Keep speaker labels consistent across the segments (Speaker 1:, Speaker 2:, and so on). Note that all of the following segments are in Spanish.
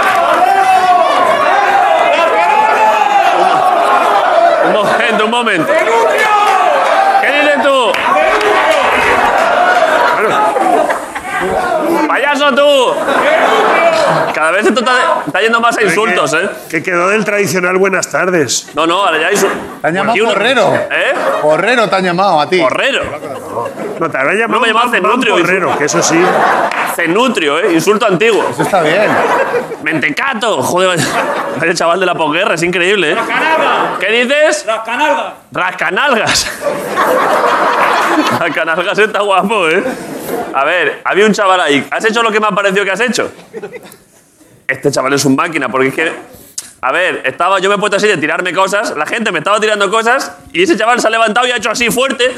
Speaker 1: caso tú! Cada vez esto está, está yendo más a insultos, ¿eh?
Speaker 2: Que quedó del tradicional buenas tardes.
Speaker 1: No, no, ahora ya hay insultos.
Speaker 3: Te han llamado porrero.
Speaker 1: ¿Eh?
Speaker 3: Porrero te han llamado a ti.
Speaker 1: Porrero.
Speaker 2: No, te habrá llamado.
Speaker 1: No me llamaban
Speaker 2: Juan
Speaker 1: Zenutrio,
Speaker 2: Porrero, que eso sí.
Speaker 1: Cenutrio, ¿eh? Insulto antiguo.
Speaker 3: Eso está bien.
Speaker 1: Mentecato. Joder, vaya- vaya chaval de la posguerra, es increíble, ¿eh?
Speaker 4: ¡Canalga!
Speaker 1: ¿Qué dices?
Speaker 4: ¡Las canalgas!
Speaker 1: Rascanalgas. Rascanalgas está guapo, ¿eh? A ver, había un chaval ahí. ¿Has hecho lo que me ha parecido que has hecho? Este chaval es un máquina, porque es que. A ver, estaba, yo me he puesto así de tirarme cosas, la gente me estaba tirando cosas y ese chaval se ha levantado y ha hecho así fuerte.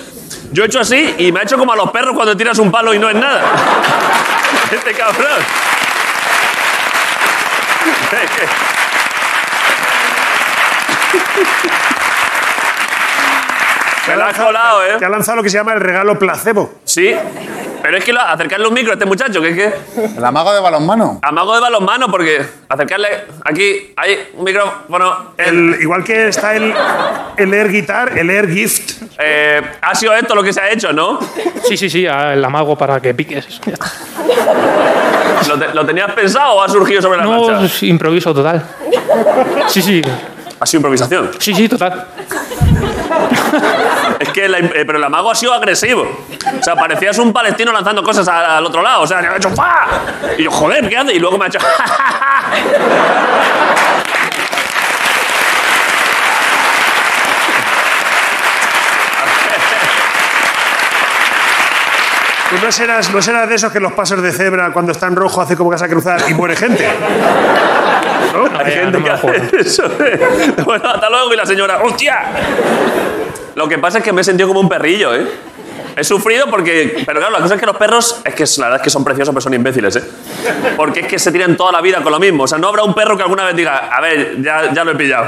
Speaker 1: Yo he hecho así y me ha hecho como a los perros cuando tiras un palo y no es nada. Este cabrón. Me la has colado, ¿eh?
Speaker 2: Te ha lanzado lo que se llama el regalo placebo.
Speaker 1: Sí. Pero es que lo- acercarle un micro a este muchacho, que es que.
Speaker 3: El amago de balonmano.
Speaker 1: Amago de balonmano, porque acercarle. Aquí hay un micrófono. El,
Speaker 2: El- igual que está el, el Air Guitar, el Air Gift.
Speaker 1: eh, ha sido esto lo que se ha hecho, ¿no?
Speaker 5: Sí, sí, sí, el amago para que piques.
Speaker 1: ¿Lo, te- lo tenías pensado o ha surgido sobre la
Speaker 5: No,
Speaker 1: marcha?
Speaker 5: es improviso total. Sí, sí,
Speaker 1: Ha sido improvisación.
Speaker 5: sí, sí, total.
Speaker 1: Es que la- eh, pero el amago ha sido agresivo. O sea, parecías un palestino lanzando cosas al, al otro lado. O sea, me ha hecho ¡fa! Y yo, joder, ¿qué hace? Y luego me ha hecho. ¡ja, ja, ja!
Speaker 2: Tú pues no serás, no serás de esos que los pasos de cebra, cuando están rojo, hace como que vas a cruzar y muere gente.
Speaker 1: Hay
Speaker 5: ya,
Speaker 1: gente
Speaker 5: no me
Speaker 1: que
Speaker 5: la
Speaker 1: hace
Speaker 5: juego.
Speaker 1: eso. Bueno, hasta luego. Y la señora, ¡hostia! Lo que pasa es que me he sentido como un perrillo, ¿eh? He sufrido porque. Pero claro, la cosa es que los perros. Es que la verdad es que son preciosos, pero son imbéciles, ¿eh? Porque es que se tiran toda la vida con lo mismo. O sea, no habrá un perro que alguna vez diga, a ver, ya, ya lo he pillado.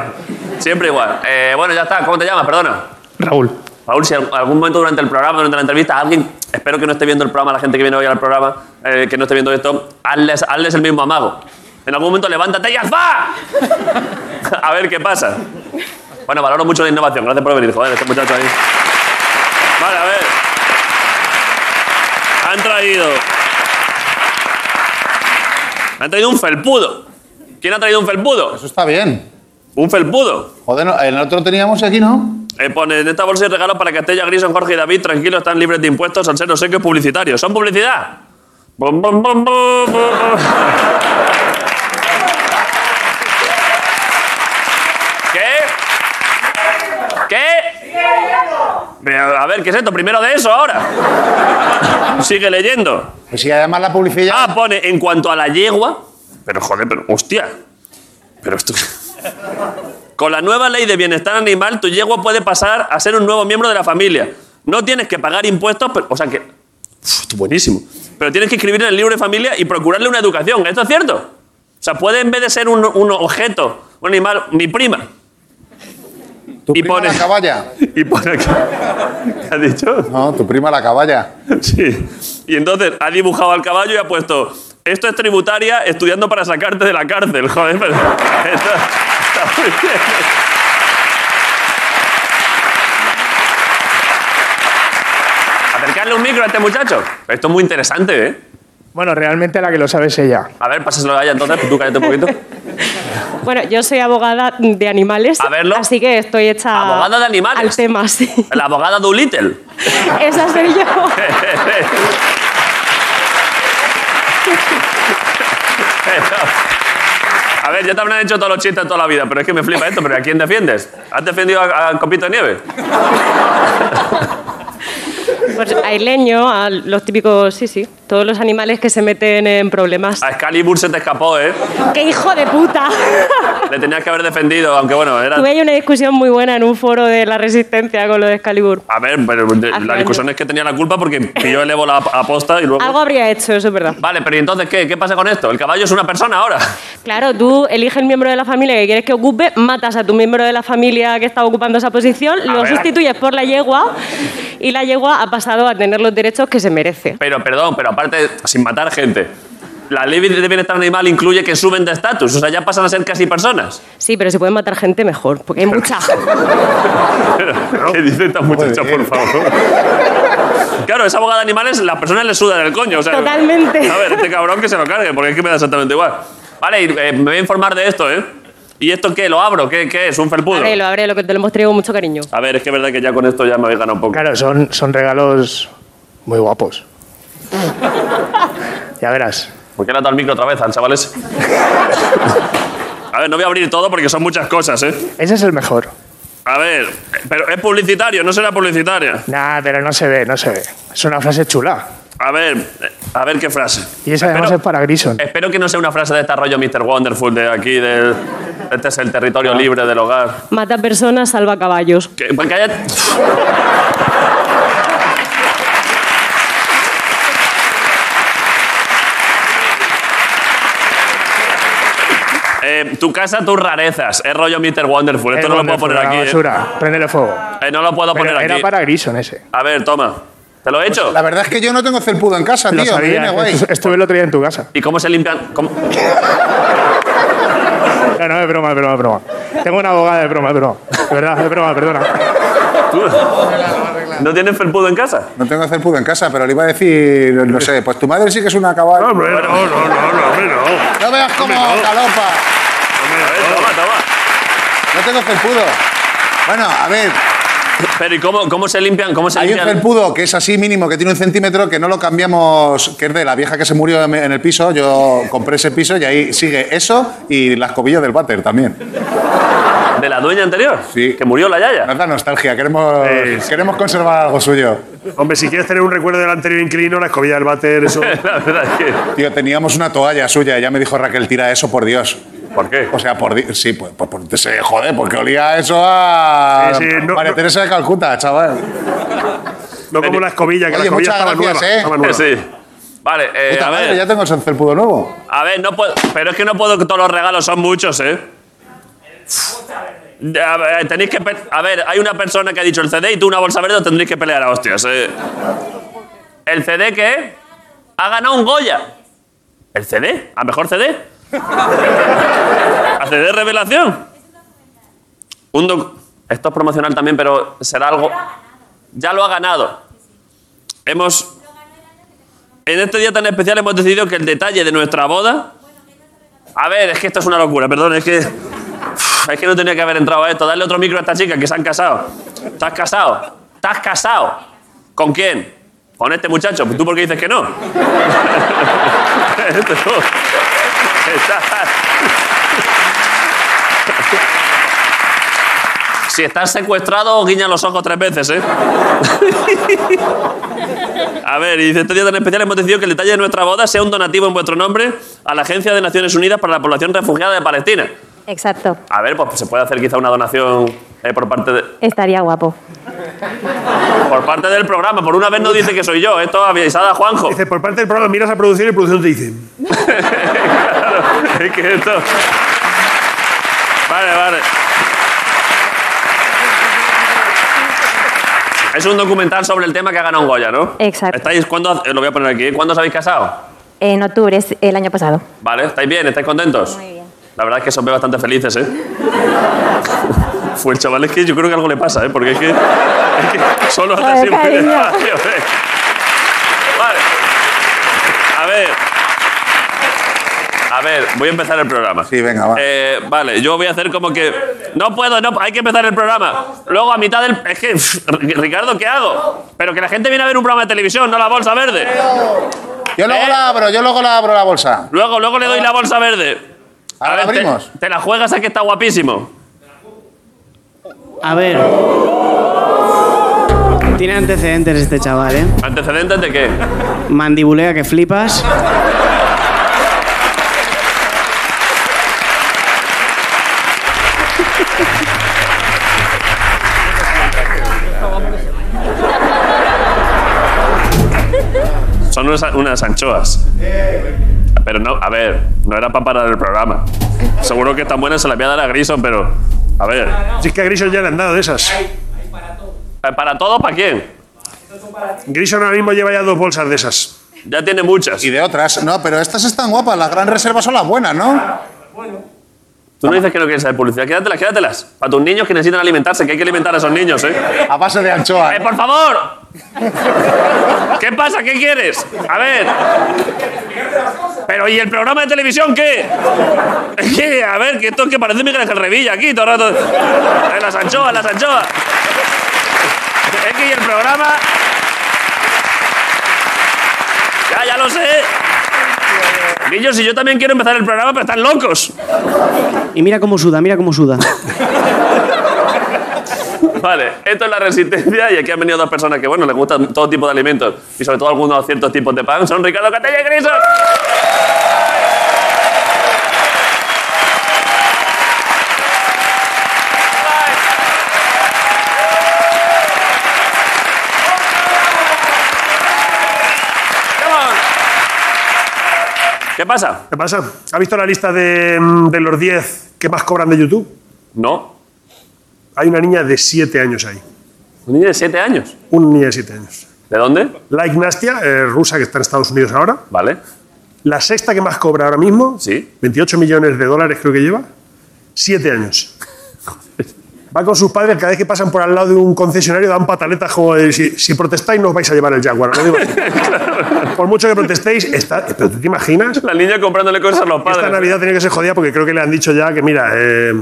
Speaker 1: Siempre igual. Eh, bueno, ya está. ¿Cómo te llamas? Perdona.
Speaker 5: Raúl,
Speaker 1: Paul, si en algún momento durante el programa, durante la entrevista, alguien, espero que no esté viendo el programa, la gente que viene hoy al programa, eh, que no esté viendo esto, hazles, hazles el mismo amago. En algún momento levántate y ¡azá! A ver qué pasa. Bueno, valoro mucho la innovación. Gracias por venir, joder, este muchacho ahí. Vale, a ver. Han traído. Han traído un felpudo. ¿Quién ha traído un felpudo?
Speaker 3: Eso está bien.
Speaker 1: Un felpudo.
Speaker 3: Joder, no, el otro teníamos y aquí no.
Speaker 1: Eh, pone, en esta bolsa hay regalos para Castella, Grison, Jorge y David. Tranquilos, están libres de impuestos al ser obsequios publicitarios. ¿Son publicidad? Bum, bum, bum, bum, bum. ¿Qué? ¿Qué? Pero, a ver, ¿qué es esto? Primero de eso, ahora. Sigue leyendo.
Speaker 3: Pues sí, además la publicidad.
Speaker 1: Ah, pone, en cuanto a la yegua. Pero joder, pero. Hostia. Pero esto. Con la nueva ley de bienestar animal, tu yegua puede pasar a ser un nuevo miembro de la familia. No tienes que pagar impuestos, pero- o sea que. Uf, esto es buenísimo. Pero tienes que inscribirle en el libro de familia y procurarle una educación. ¿Esto es cierto? O sea, puede en vez de ser un, un objeto, un animal, mi prima.
Speaker 3: tu
Speaker 1: y
Speaker 3: prima
Speaker 1: pone-
Speaker 3: la caballa.
Speaker 1: Y pone aquí. ¿Qué ha dicho?
Speaker 3: No, tu prima la caballa.
Speaker 1: Sí. Y entonces ha dibujado al caballo y ha puesto, esto es tributaria estudiando para sacarte de la cárcel. Joder, pero... Está, está muy bien. Acercarle un micro a este muchacho. Esto es muy interesante, ¿eh?
Speaker 6: Bueno, realmente la que lo sabe es ella.
Speaker 1: A ver, pásaselo a ella entonces, tú cállate un poquito.
Speaker 7: Bueno, yo soy abogada de animales.
Speaker 1: A verlo.
Speaker 7: Así que estoy hecha.
Speaker 1: ¿Abogada de animales?
Speaker 7: Al tema, sí.
Speaker 1: La abogada Doolittle.
Speaker 7: Esa soy yo.
Speaker 1: A ver, ya te habrán hecho todos los chistes toda la vida, pero es que me flipa esto. ¿Pero a quién defiendes? ¿Has defendido a, a Copito de Nieve?
Speaker 7: Pues a Ileño, a los típicos. Sí, sí. Todos los animales que se meten en problemas.
Speaker 1: A Excalibur se te escapó, ¿eh?
Speaker 7: ¡Qué hijo de puta!
Speaker 1: Le tenías que haber defendido, aunque bueno, era...
Speaker 7: Tuve ahí una discusión muy buena en un foro de la resistencia con lo de Excalibur.
Speaker 1: A ver, pero de-
Speaker 7: Hace
Speaker 1: la discusión
Speaker 7: años.
Speaker 1: es que tenía la culpa porque pilló el ébola a a posta y luego...
Speaker 7: Algo habría hecho, eso es verdad.
Speaker 1: Vale, pero ¿y entonces qué? ¿Qué pasa con esto? ¿El caballo es una persona ahora?
Speaker 7: Claro, tú eliges el miembro de la familia que quieres que ocupe, matas a tu miembro de la familia que está ocupando esa posición, lo
Speaker 1: ver.
Speaker 7: sustituyes por la yegua y la yegua ha pasado a tener los derechos que se merece.
Speaker 1: Pero, perdón, pero aparte, sin matar gente. La ley de bienestar animal incluye que suben de estatus, o sea, ya pasan a ser casi personas.
Speaker 7: Sí, pero si pueden matar gente, mejor, porque hay mucha.
Speaker 1: ¿Qué dice esta muchacha,
Speaker 3: Joder.
Speaker 1: por favor? Claro, esa abogada de animales, las personas le sudan el coño. o sea,
Speaker 7: Totalmente.
Speaker 1: A ver, este cabrón que se lo cargue, porque es que me da exactamente igual. Vale, y, eh, me voy a informar de esto, ¿eh? ¿Y esto qué? ¿Lo abro? ¿Qué, qué es? ¿Un felpudo?
Speaker 7: Abrelo, abrelo, que te lo hemos traído con mucho cariño.
Speaker 1: A ver, es que es verdad que ya con esto ya me habéis ganado un poco.
Speaker 6: Claro, son, son regalos muy guapos. ya verás.
Speaker 1: ¿Por qué le ha dado el micro otra vez al chaval ese? A ver, no voy a abrir todo porque son muchas cosas, ¿eh?
Speaker 6: Ese es el mejor.
Speaker 1: A ver, pero es publicitario, no será publicitaria.
Speaker 6: Nah, pero no se ve, no se ve. Es una frase chula.
Speaker 1: A ver, eh, a ver qué frase.
Speaker 6: Y esa además
Speaker 1: Espero-
Speaker 6: es para Grison.
Speaker 1: Espero que no sea una frase de este rollo Mr. Wonderful de aquí, del. Este es el territorio libre del hogar.
Speaker 7: Mata personas, salva caballos.
Speaker 1: Que, bueno, cállate. Eh, tu casa, tus rarezas. Es rollo Mr. Wonderful. Esto
Speaker 6: Es
Speaker 1: no lo puedo
Speaker 6: wonderful,
Speaker 1: poner
Speaker 6: la
Speaker 1: aquí. eh.
Speaker 6: Basura. Prendele fuego.
Speaker 1: Eh, no lo puedo
Speaker 6: Pero
Speaker 1: poner
Speaker 6: era
Speaker 1: aquí.
Speaker 6: para Grison ese.
Speaker 1: A ver, toma. ¿Te lo he hecho?
Speaker 3: La verdad es que yo no tengo celpudo en casa,
Speaker 6: Lo
Speaker 3: tío. Me viene
Speaker 6: sabía.
Speaker 3: guay.
Speaker 6: estu- Estuve el otro día en tu casa.
Speaker 1: ¿Y cómo se limpian? cómo?
Speaker 6: No, no, es broma, es broma, es broma. Tengo una abogada de broma, es broma. De verdad, es broma, perdona.
Speaker 1: ¿No tienes felpudo en casa?
Speaker 3: No tengo celpudo en casa, pero le iba a decir, no sé, pues tu madre sí que es una caballa.
Speaker 2: No, hombre, no, no, no, no, hombre, no.
Speaker 3: No veas cómo galopa.
Speaker 1: A ver, toma, toma.
Speaker 3: No tengo felpudo. Bueno, a ver,
Speaker 1: Pero ¿y cómo, cómo se limpian? ¿Cómo se
Speaker 3: hay un
Speaker 1: limpian?
Speaker 3: felpudo que es así mínimo, que tiene un centímetro, que no lo cambiamos, que es de la vieja que se murió en el piso. Yo compré ese piso y ahí sigue eso y las cobillas del váter también.
Speaker 1: ¿De la dueña anterior?
Speaker 3: Sí.
Speaker 1: Que murió la
Speaker 3: Nos
Speaker 6: Ah.
Speaker 1: Yaya.
Speaker 3: da nostalgia, queremos,
Speaker 2: Eh,
Speaker 3: queremos conservar algo suyo.
Speaker 2: Hombre, si quieres tener un recuerdo del anterior inquilino, la escobilla del váter, eso.
Speaker 1: la verdad es que.
Speaker 3: Tío, teníamos una toalla suya, ya me dijo Raquel, tira eso por Dios.
Speaker 1: ¿Por qué?
Speaker 3: O sea, por di- sí, pues, pues, pues, se- joder, porque olía eso a
Speaker 2: Sí, sí, no-
Speaker 3: María
Speaker 2: no-
Speaker 3: Teresa de Calcuta,
Speaker 1: Eh,
Speaker 3: chaval.
Speaker 2: No como la escobilla, que
Speaker 3: Oye,
Speaker 2: la escobilla
Speaker 3: muchas
Speaker 2: estaba
Speaker 3: gracias,
Speaker 2: nueva.
Speaker 3: ¿eh?
Speaker 2: estaba
Speaker 1: Eh,
Speaker 2: nueva.
Speaker 1: sí. Vale, eh,
Speaker 3: Puta
Speaker 1: a
Speaker 3: madre,
Speaker 1: ver.
Speaker 3: ya tengo el felpudo nuevo.
Speaker 1: A ver, no puedo. Pero es que no puedo que todos los regalos son muchos, ¿eh? A ver, tenéis que. pe- A ver, hay una persona que ha dicho el CD y tú una bolsa verde, os tendréis que pelear a hostias. ¿eh? ¿El CD qué? Ha ganado un Goya. ¿El CD? ¿A mejor CD? ¿A CD revelación? Un doc- Esto es promocional también, pero será algo. Ya lo ha ganado. Hemos. En este día tan especial hemos decidido que el detalle de nuestra boda. A ver, es que esto es una locura, perdón, es que. Uf, Es que no tenía que haber entrado a esto. Darle otro micro a esta chica que se han casado. ¿Estás casado? ¿Estás casado? ¿Con quién? Con este muchacho. ¿Tú por qué dices que no? Esto- Estás- Si estás secuestrado, guiña los ojos tres veces, ¿eh? A ver, y dice, este día tan especial hemos decidido que el detalle de nuestra boda sea un donativo en vuestro nombre a la Agencia de Naciones Unidas para la Población Refugiada de Palestina.
Speaker 4: Exacto,
Speaker 1: A ver, pues se puede hacer quizá una donación eh, por, parte de-
Speaker 4: estaría guapo.
Speaker 1: por parte del programa. Por una vez no dice que soy yo, esto avisada Juanjo.
Speaker 2: Dice, por parte del programa miras a producción y producción te dice.
Speaker 1: Claro, es que esto... Vale, vale. Es un documental sobre el tema que ha ganado un Goya, ¿no?
Speaker 4: Exacto.
Speaker 1: ¿Estáis, cuándo, eh, lo voy a poner aquí. ¿eh? ¿Cuándo os habéis casado?
Speaker 4: En octubre, es el año pasado.
Speaker 1: Vale, ¿estáis bien? ¿Estáis contentos? Muy
Speaker 4: bien.
Speaker 1: La verdad es que os veo bastante felices, ¿eh? Fue el chaval, es que yo creo que algo le pasa, ¿eh? Porque es que, es que solo hace
Speaker 4: Joder,
Speaker 1: así.
Speaker 4: cariño.
Speaker 1: Ay, joder. vale. A ver. A ver, voy a empezar el programa.
Speaker 3: Sí, venga, va.
Speaker 1: Eh, vale, yo voy a hacer como que. No puedo, no, hay que empezar el programa. Luego a mitad del. Es que, Ricardo, ¿qué hago? Pero que la gente viene a ver un programa de televisión, no la bolsa verde.
Speaker 3: Yo luego
Speaker 1: ¿Eh?
Speaker 3: la abro, yo luego la abro la bolsa.
Speaker 1: Luego, luego le doy la bolsa verde.
Speaker 3: Ahora la
Speaker 1: te-
Speaker 3: abrimos.
Speaker 1: Te, la juegas a que está guapísimo.
Speaker 8: A ver. Tiene antecedentes este chaval, ¿eh?
Speaker 1: ¿Antecedentes de qué?
Speaker 8: Mandibulea que flipas.
Speaker 1: Son unas, unas anchoas. Pero no, a ver, no era para parar el programa. Seguro que tan buena se la voy a dar a Grison, pero. A ver.
Speaker 2: Si es que a Grison ya le han dado de esas.
Speaker 1: ¿eh, ¿Para todo para quién?
Speaker 2: Grison ahora mismo lleva ya dos bolsas de esas.
Speaker 1: Ya tiene muchas.
Speaker 3: Y de otras. No, pero estas están guapas, las gran reservas son las buenas, ¿no?
Speaker 1: Tú no dices que no quieres saber publicidad. Quédatelas, quédatelas. Para tus niños que necesitan alimentarse, que hay que alimentar a esos niños, ¿eh?
Speaker 3: A base de anchoa.
Speaker 1: ¡Eh, por favor! ¿Qué pasa? ¿Qué quieres? A ver. Pero, ¿y el programa de televisión qué? Es que, a ver, que esto es que parece Miguel Ángel Revilla aquí todo el rato. Eh, Las anchoas, las anchoas. Es que, ¿y el programa? Ya, ya lo sé. Niños, y yo también quiero empezar el programa, pero están locos.
Speaker 8: Y mira cómo suda, mira cómo suda.
Speaker 1: Vale, esto es la resistencia y aquí han venido dos personas que, bueno, les gustan todo tipo de alimentos y sobre todo algunos ciertos tipos de pan. Son Ricardo Catella y Grison. Come on. ¿Qué pasa?
Speaker 2: ¿Qué pasa? ¿Ha visto la lista de, mm, de los 10 que más cobran de YouTube?
Speaker 1: No,
Speaker 2: Hay una niña de 7 años ahí.
Speaker 1: un niño de 7 años.
Speaker 2: Una niña de 7 años.
Speaker 1: ¿De dónde?
Speaker 2: La Ignastia, eh, rusa, que está en Estados Unidos ahora.
Speaker 1: Vale.
Speaker 2: La sexta que más cobra ahora mismo,
Speaker 1: Sí.
Speaker 2: 28 millones de dólares creo que lleva, 7 años. Va con sus padres, cada vez que pasan por al lado de un concesionario dan pataletas como de, si, si protestáis no os vais a llevar el Jaguar. lo digo así. Por mucho que protestéis, está, pero tú te imaginas,
Speaker 1: La niña comprándole cosas a los padres. ¿eh?
Speaker 2: esta Navidad tenía que ser jodida porque creo que le han dicho ya que mira, eh,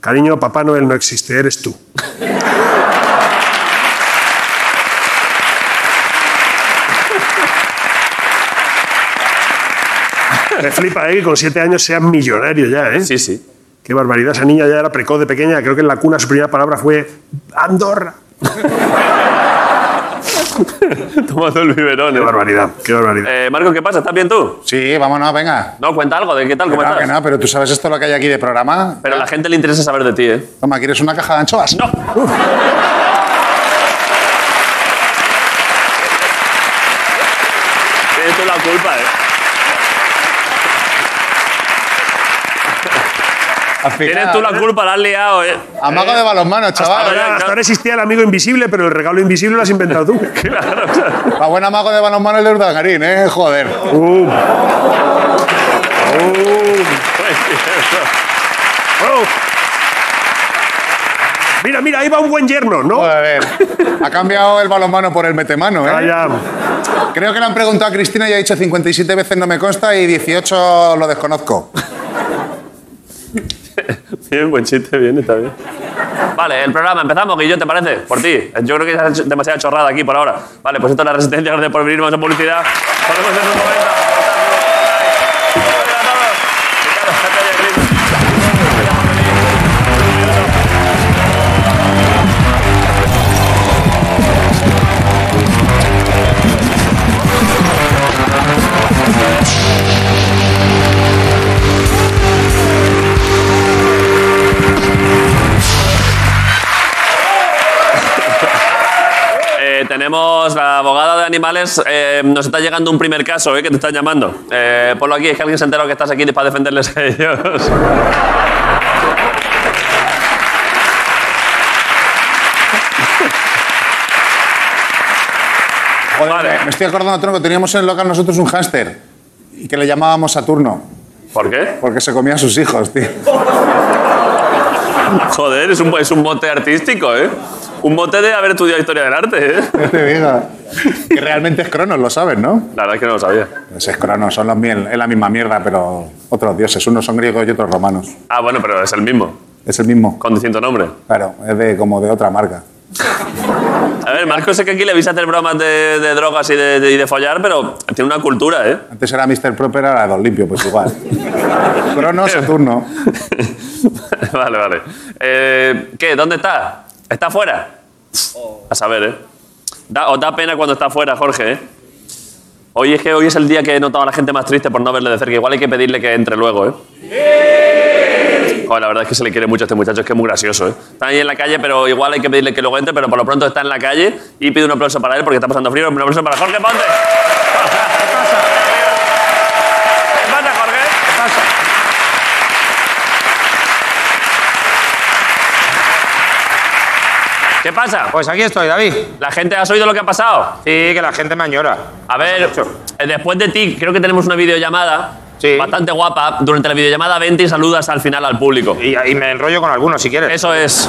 Speaker 2: cariño, Papá Noel no existe, eres tú. Me flipa, ¿eh? Que con siete años seas millonario ya, ¿eh?
Speaker 1: Sí, sí.
Speaker 2: Qué barbaridad, esa niña ya era precoz de pequeña. Creo que en la cuna su primera palabra fue Andorra.
Speaker 1: Tomando el biberón.
Speaker 2: Qué barbaridad, qué barbaridad.
Speaker 1: Eh, Marco, ¿qué pasa? ¿Estás bien tú?
Speaker 3: Sí, vámonos, venga.
Speaker 1: No, cuenta algo de qué tal, cómo
Speaker 3: Claro que
Speaker 1: estás.
Speaker 3: no, pero tú sabes esto lo que hay aquí de programa.
Speaker 1: Pero a la gente le interesa saber de ti, ¿eh?
Speaker 3: Toma, ¿quieres una caja de anchoas?
Speaker 1: No. Tienes tú la culpa, ¿eh?
Speaker 3: Al final,
Speaker 1: Tienes tú la culpa, la has liado, ¿eh?
Speaker 3: Amago de balonmano, chaval.
Speaker 1: ya,
Speaker 2: Ahora, hasta
Speaker 1: claro.
Speaker 2: ahora existía el amigo invisible, pero el regalo invisible lo has inventado tú.
Speaker 1: Claro, o sea,
Speaker 3: La buen amago de balonmano el de Urdangarín, eh, joder.
Speaker 2: Oh. Mira, mira, ahí va un buen yerno, ¿no?
Speaker 3: Joder. Ha cambiado el balonmano por el metemano,
Speaker 2: Ah,
Speaker 3: eh.
Speaker 2: ya.
Speaker 3: Creo que le han preguntado a Cristina y ha dicho 57 veces no me consta y 18 lo desconozco.
Speaker 1: bien, buen chiste, bien, está bien. Vale, el programa, empezamos, Guillo, ¿te parece? Por ti. Yo creo que ya has hecho demasiada chorrada aquí por ahora. Vale, pues esto es la resistencia, gracias por venir, vamos a publicidad. Volvemos en un momento. Hola a todos. Ricardo, Natalia, Grito. Eh, tenemos la abogada de animales. eh, nos está llegando un primer caso, eh, que te están llamando. Eh, ponlo aquí, es que alguien se ha enterado que estás aquí para defenderles a ellos.
Speaker 3: Joder,
Speaker 1: Vale.
Speaker 3: me estoy acordando, tronco, teníamos en el local nosotros un hámster y que le llamábamos Saturno
Speaker 1: ¿Por qué?
Speaker 3: porque se comía a sus hijos, tío.
Speaker 1: Joder, es un, es un mote artístico, ¿eh? Un mote de haber estudiado historia del arte, ¿eh?
Speaker 3: No te digas. Este Que realmente es Cronos, lo sabes, ¿no?
Speaker 1: La verdad es que no lo sabía.
Speaker 3: Pues es Cronos, son los miel, es la misma mierda, pero otros dioses. Unos son griegos y otros romanos.
Speaker 1: Ah, bueno, pero es el mismo,
Speaker 3: Es el mismo.
Speaker 1: con distinto nombre.
Speaker 3: Claro, es de, como de otra marca.
Speaker 1: A ver, Marco, sé que aquí le vais a hacer bromas de, de drogas y de, de- y de follar, pero tiene una cultura, ¿eh?
Speaker 3: Antes era Mr. Proper, ahora Don Limpio, pues igual. Cronos, Saturno.
Speaker 1: vale, vale. Eh, ¿Qué? ¿Dónde está? ¿Está fuera? A saber, ¿eh? Da- os da pena cuando está fuera, Jorge, ¿eh? Hoy es que hoy es el día que he notado a la gente más triste por no verle de cerca. Igual hay que pedirle que entre luego, ¿eh? Joder, la verdad es que se le quiere mucho a este muchacho, es que es muy gracioso, ¿eh? Está ahí en la calle, pero igual hay que pedirle que luego entre, pero por lo pronto está en la calle y pido un aplauso para él porque está pasando frío. Un aplauso para Jorge Ponte. ¿Qué pasa, Jorge? ¿Qué pasa? ¿Qué pasa?
Speaker 9: Pues aquí estoy, David.
Speaker 1: ¿La gente has oído lo que ha pasado?
Speaker 9: Sí, que la gente me añora.
Speaker 1: A ver, eh, después de ti, creo que tenemos una videollamada
Speaker 9: Sí.
Speaker 1: bastante guapa, durante la videollamada vente y saludas al final al público.
Speaker 9: Y, y me enrollo con algunos si quieres.
Speaker 1: Eso es.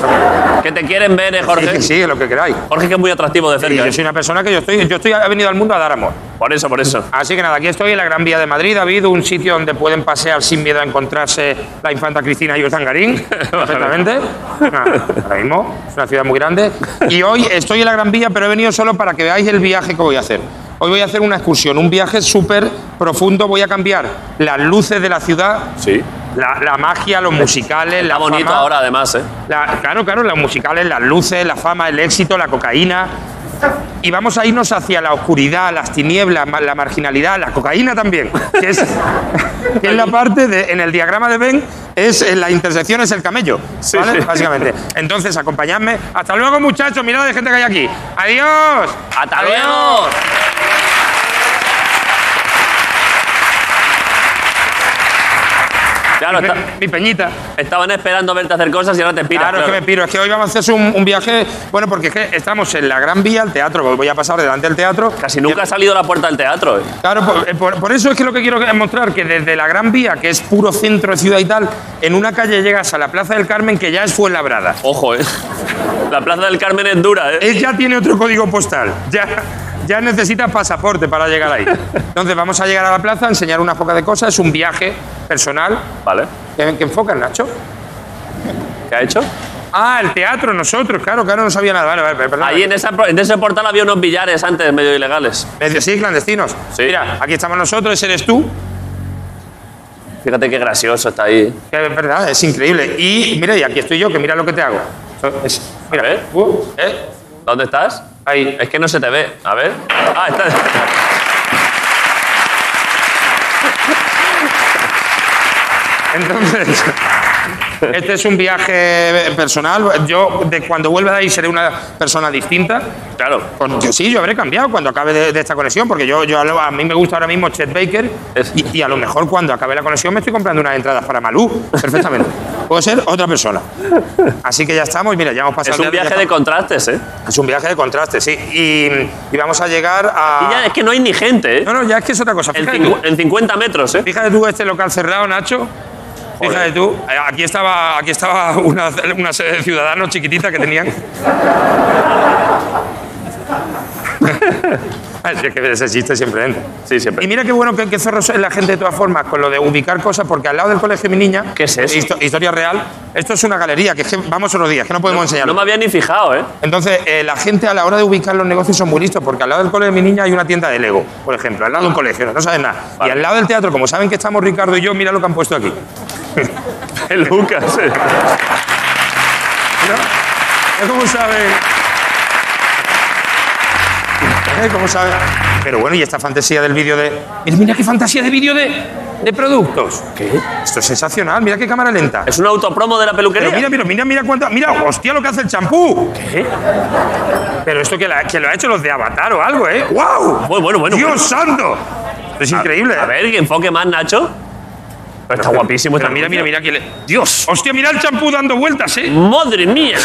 Speaker 1: Que te quieren ver, eh, Jorge.
Speaker 9: Sí, sí, lo que queráis.
Speaker 1: Jorge que es muy atractivo de
Speaker 9: Y
Speaker 1: cerca.
Speaker 9: yo soy una persona que yo estoy, yo estoy, he venido al mundo a dar amor.
Speaker 1: ¿eh? Por eso, por eso.
Speaker 9: Así que nada, aquí estoy en la Gran Vía de Madrid, David, un sitio donde pueden pasear sin miedo a encontrarse la infanta Cristina y Urdangarín, perfectamente. Nada, Ahora mismo, es una ciudad muy grande. Y hoy estoy en la Gran Vía, pero he venido solo para que veáis el viaje que voy a hacer. Hoy voy a hacer una excursión, un viaje súper profundo. Voy a cambiar las luces de la ciudad,
Speaker 1: Sí.
Speaker 9: la, la magia, los musicales, la
Speaker 1: Está bonito
Speaker 9: fama.
Speaker 1: ahora, además, ¿eh?
Speaker 9: La- claro, claro, los musicales, las luces, la fama, el éxito, la cocaína. Y vamos a irnos hacia la oscuridad, las tinieblas, ma- la marginalidad, la cocaína también. Que es, que es la parte de- en el diagrama de Ben, es en la intersección es el camello. ¿vale? Básicamente. Entonces, acompañadme. Hasta luego, muchachos. Mirad la gente que hay aquí. ¡Adiós!
Speaker 1: ¡Hasta
Speaker 9: ¡Adiós!
Speaker 1: luego! Claro,
Speaker 9: Mi-
Speaker 1: esta-
Speaker 9: mi peñita.
Speaker 1: estaban esperando verte hacer cosas y ahora te piras.
Speaker 9: Claro, es que me piro. Es que hoy vamos a hacer un, un viaje. Bueno, porque es que estamos en la Gran Vía, el teatro. Voy a pasar delante del teatro.
Speaker 1: Casi nunca ha salido a la puerta del teatro. ¿eh?
Speaker 9: Claro, por, eh, por- por eso es que lo que quiero que- mostrar que desde la Gran Vía, que es puro centro de ciudad y tal, en una calle llegas a la Plaza del Carmen, que ya es Fuenlabrada.
Speaker 1: Ojo, ¿eh? La Plaza del Carmen es dura, ¿eh?
Speaker 9: Es, ya tiene otro código postal. Ya, ya necesitas pasaporte para llegar ahí. Entonces vamos a llegar a la plaza, a enseñar unas pocas de cosas. Es un viaje personal.
Speaker 1: Vale.
Speaker 9: ¿Qué, qué enfocan, Nacho?
Speaker 1: ¿Qué ha hecho?
Speaker 9: Ah, el teatro, nosotros. Claro, claro, no sabía nada. Vale, vale, perdón.
Speaker 1: Ahí en, esa, en ese portal había unos billares antes medio ilegales.
Speaker 9: Me decía, sí, clandestinos.
Speaker 1: Sí.
Speaker 9: Mira, aquí estamos nosotros, ese eres tú.
Speaker 1: Fíjate qué gracioso está ahí.
Speaker 9: Que Es verdad, es increíble. Y mira, y aquí estoy yo, que mira lo que te hago. Es- mira,
Speaker 1: ver.
Speaker 9: Uh, eh,
Speaker 1: ¿Dónde estás?
Speaker 9: ahí.
Speaker 1: Es que no se te ve. A ver. Ah, está.
Speaker 9: Entonces, este es un viaje personal. Yo, de cuando vuelva de ahí, seré una persona distinta.
Speaker 1: Claro.
Speaker 9: Con- yo sí, yo habré cambiado cuando acabe de, de esta conexión, porque yo, yo a lo- a mí me gusta ahora mismo Chet Baker.
Speaker 1: Es-
Speaker 9: Y, y a lo mejor cuando acabe la conexión me estoy comprando unas entradas para Malú, perfectamente. Puedo ser otra persona. Así que ya estamos, mira, ya hemos pasado.
Speaker 1: Es un
Speaker 9: el día, ya
Speaker 1: viaje de
Speaker 9: estamos-
Speaker 1: contrastes, ¿eh?
Speaker 9: Es un viaje de contraste, sí. Y, y vamos a llegar a.
Speaker 1: Y ya es que no hay ni gente, ¿eh?
Speaker 9: Ah. No, no, ya es que es otra cosa.
Speaker 1: En,
Speaker 9: Fíjate,
Speaker 1: cincu- en 50 metros, ¿eh?
Speaker 9: fíjate tú este local cerrado, Nacho. Fíjate tú, eh, aquí estaba, aquí estaba una, una serie de ciudadanos chiquitita que tenían. Ay, si es que ese chiste siempre entra.
Speaker 1: Sí, siempre.
Speaker 9: Y mira qué bueno que, que Zorros es la gente de todas formas con lo de ubicar cosas, porque al lado del colegio de mi niña.
Speaker 1: ¿Qué es eso?
Speaker 9: histo- historia real. Esto es una galería, que es que vamos unos días, que no podemos enseñarlo.
Speaker 1: No me había ni fijado, ¿eh?
Speaker 9: Entonces, eh, la gente a la hora de ubicar los negocios son muy listos, porque al lado del colegio de mi niña hay una tienda de Lego, por ejemplo, al lado de un colegio, no saben nada. Y al lado del teatro, como saben que estamos Ricardo y yo, mira lo que han puesto aquí.
Speaker 1: Lucas, ¿eh?
Speaker 9: Es como saben. Es como saben. Pero bueno, y esta fantasía del vídeo de. Mira, mira qué fantasía de vídeo de, de productos. ¿Qué? Esto es sensacional, mira qué cámara lenta.
Speaker 1: Es un autopromo de la peluquería.
Speaker 9: Pero mira, mira, mira, mira cuánto. Mira, hostia, lo que hace el champú. ¿Qué? Pero esto que, la- que lo ha hecho los de Avatar o algo, ¿eh? ¡Wow!
Speaker 1: Bueno, bueno, bueno.
Speaker 9: ¡Dios santo! Esto es increíble. eh.
Speaker 1: A ver, que enfoque más, Nacho. Pero está guapísimo.
Speaker 9: Pero
Speaker 1: esta
Speaker 9: mira, mira,
Speaker 1: noticia.
Speaker 9: mira quién le. ¡Dios! ¡Hostia, mira el champú dando vueltas, eh!
Speaker 1: ¡Madre mía!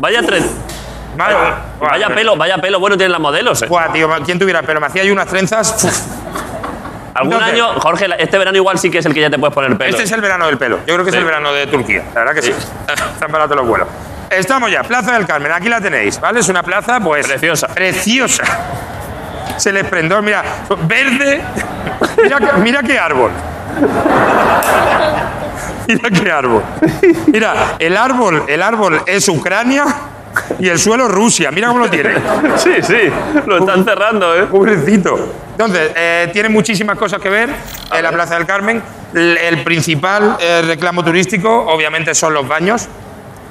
Speaker 1: Vaya tren.
Speaker 9: Vale, vale.
Speaker 1: Vaya pelo, vaya pelo. Bueno, tienen las modelos, ¿eh?
Speaker 9: Buah, tío, ¿quién tuviera pelo? Me hacía yo unas trenzas. Uf,
Speaker 1: Algún
Speaker 9: entonces-
Speaker 1: año, Jorge, la- este verano igual sí que es el que ya te puedes poner pelo.
Speaker 9: Este es el verano del pelo. Yo creo que
Speaker 1: Sí.
Speaker 9: es el verano de Turquía. La verdad que sí. Están baratos los vuelos. Estamos ya, Plaza del Carmen. Aquí la tenéis, ¿vale? Es una plaza, pues.
Speaker 1: Preciosa.
Speaker 9: Preciosa. Se les prendó, mira, verde. Mira, qué- mira qué árbol. Mira qué árbol. Mira, el árbol, el árbol es Ucrania y el suelo Rusia. Mira cómo lo tiene.
Speaker 1: Sí, sí. Lo están cerrando, ¿eh?
Speaker 9: Pobrecito. Entonces, eh, tiene muchísimas cosas que ver en la Plaza del Carmen. El, el principal eh, reclamo turístico, obviamente, son los baños.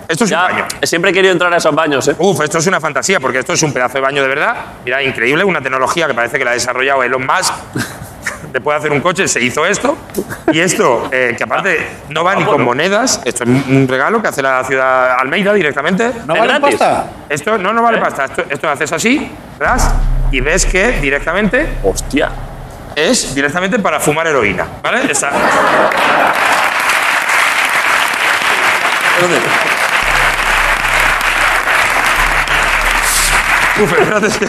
Speaker 9: Esto es un baño.
Speaker 1: Ya, siempre he querido entrar a esos baños, ¿eh?
Speaker 9: Uf, esto es una fantasía, porque esto es un pedazo de baño de verdad. Mira, increíble, una tecnología que parece que la ha desarrollado Elon Musk. Después de hacer un coche, se hizo esto. Y esto, eh, que aparte no va ni con monedas, esto es un regalo que hace la ciudad Almeida directamente.
Speaker 3: ¿No
Speaker 1: ¿Es
Speaker 3: vale
Speaker 1: gratis?
Speaker 3: pasta?
Speaker 9: Esto no, no vale pasta. Esto, esto haces así, ras, y ves que directamente
Speaker 1: Hostia.
Speaker 9: es directamente para fumar heroína, ¿vale? Esa- Uf, espérate, es que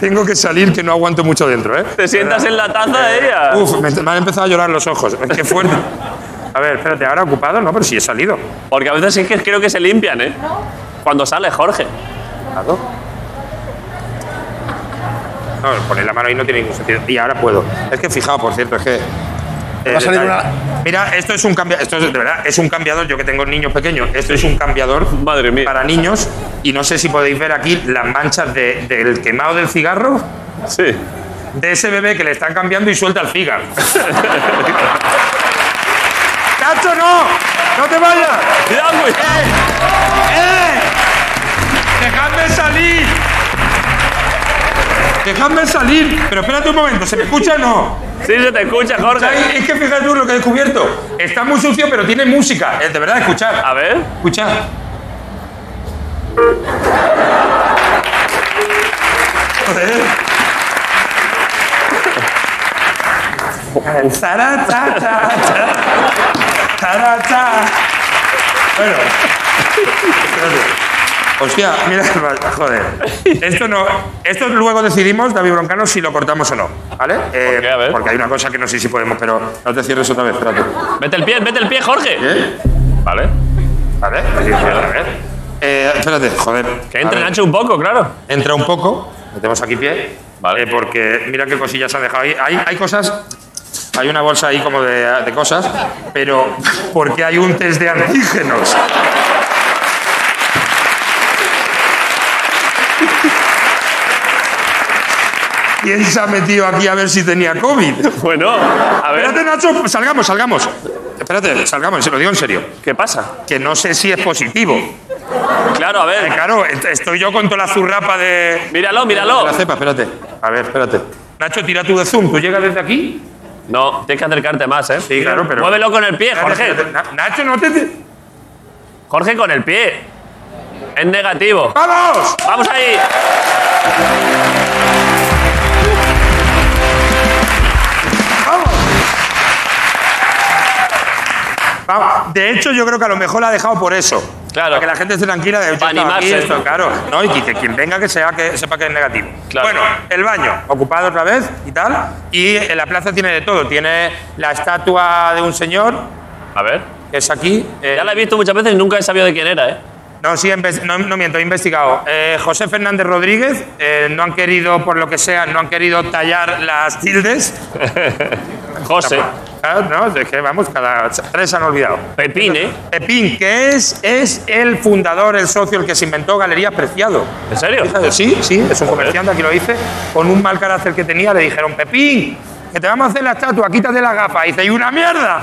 Speaker 9: Tengo que salir, que no aguanto mucho dentro, ¿eh?
Speaker 1: Te sientas en la taza ¿eh? de ella.
Speaker 9: Uf, me, me han empezado a llorar los ojos. Qué fuerte. A ver, espérate, ahora ocupado, no, pero sí he salido.
Speaker 1: Porque a veces es que creo que se limpian, ¿eh? Cuando sale Jorge.
Speaker 9: No, poner la mano ahí no tiene ningún sentido. Y ahora puedo. Es que fijaos, por cierto, es que. eh,
Speaker 3: a salir
Speaker 9: detalle.
Speaker 3: una-
Speaker 9: Mira, esto es un cambiador. Esto es, de verdad, es un cambiador. Yo que tengo niños pequeños, esto es un cambiador
Speaker 1: Madre mía.
Speaker 9: para niños. Y no sé si podéis ver aquí las manchas de- del quemado del cigarro
Speaker 1: Sí.
Speaker 9: de ese bebé que le están cambiando y suelta el cigarro. ¡Tacho, no! ¡No te vayas!
Speaker 1: Cuidado, cuidado.
Speaker 9: ¡Dejadme salir! ¡Dejadme salir! Pero espérate un momento, ¿se me escucha o no?
Speaker 1: Sí, se te escucha, Jorge.
Speaker 9: Ay, Es que fíjate tú lo que he descubierto. Está muy sucio, pero tiene música. Eh, De verdad, escuchad.
Speaker 1: A ver.
Speaker 9: Escuchad. Joder. El zara, ta, ta, ta. Zara, ta. Bueno. Espérate. Hostia, mira, joder. Esto no. Esto luego decidimos, David Broncano, si lo cortamos o no. ¿Vale? Eh,
Speaker 1: qué? A ver.
Speaker 9: Porque hay una cosa que no sé si podemos, pero no te cierres otra vez, espérate.
Speaker 1: Vete el pie, vete el pie, Jorge.
Speaker 9: ¿Eh?
Speaker 1: Vale.
Speaker 9: Vale, sí, sí, a ver. Eh, espérate, joder.
Speaker 1: Que
Speaker 9: A
Speaker 1: entre
Speaker 9: ver,
Speaker 1: Nacho un poco, claro.
Speaker 9: Entra un poco. Metemos aquí pie.
Speaker 1: Vale.
Speaker 9: Eh, porque mira qué cosillas se han dejado ahí. Hay, hay cosas. Hay una bolsa ahí como de, de cosas, pero porque hay un test de antígenos. ¿Quién se ha metido aquí a ver si tenía COVID?
Speaker 1: Bueno, a ver.
Speaker 9: Espérate, Nacho, salgamos, salgamos. Espérate, salgamos, se lo digo en serio.
Speaker 1: ¿Qué pasa?
Speaker 9: Que no sé si es positivo.
Speaker 1: Claro, a
Speaker 9: Eh,
Speaker 1: ver.
Speaker 9: Claro, est- estoy yo con toda la zurrapa de.
Speaker 1: Míralo,
Speaker 9: de
Speaker 1: míralo.
Speaker 9: la cepa, espérate. A ver, espérate. Nacho, tira tú de zoom. ¿Tú llegas desde aquí?
Speaker 1: No, tienes que acercarte más, ¿eh?
Speaker 9: Sí, claro, pero-
Speaker 1: Muévelo con el pie,
Speaker 9: Espérate,
Speaker 1: Jorge.
Speaker 9: espérate. Na- Nacho, no te. te-
Speaker 1: Jorge con el pie. Es negativo.
Speaker 9: ¡Vamos!
Speaker 1: ¡Vamos ahí!
Speaker 9: Vamos. De hecho, yo creo que a lo mejor la ha dejado por eso.
Speaker 1: Claro.
Speaker 9: Para que la gente esté tranquila de yo
Speaker 1: Para
Speaker 9: estaba aquí,
Speaker 1: animarse.
Speaker 9: esto, claro. No, y que quien venga que, sea, que sepa que es negativo.
Speaker 1: Claro.
Speaker 9: Bueno, el baño, ocupado otra vez y tal. Y en la plaza tiene de todo. Tiene la estatua de un señor,
Speaker 1: A ver.
Speaker 9: que es aquí. eh,
Speaker 1: Ya la he visto muchas veces y nunca he sabido de quién era, ¿eh?
Speaker 9: No, sí, he inves- no, no miento, he investigado. Eh, José Fernández Rodríguez, eh, no han querido, por lo que sea, no han querido tallar las tildes.
Speaker 1: José.
Speaker 9: Claro, Ah, no, es que vamos, cada tres se han olvidado.
Speaker 1: Pepín, ¿eh?
Speaker 9: Pepín, que es, es el fundador, el socio, el que se inventó Galerías Preciado.
Speaker 1: ¿En serio?
Speaker 9: Fíjate, Sí, sí, es un comerciante, aquí lo dice. Con un mal carácter que tenía, le dijeron, Pepín, que te vamos a hacer la estatua, quítate las gafas. Y dice, ¡y una mierda!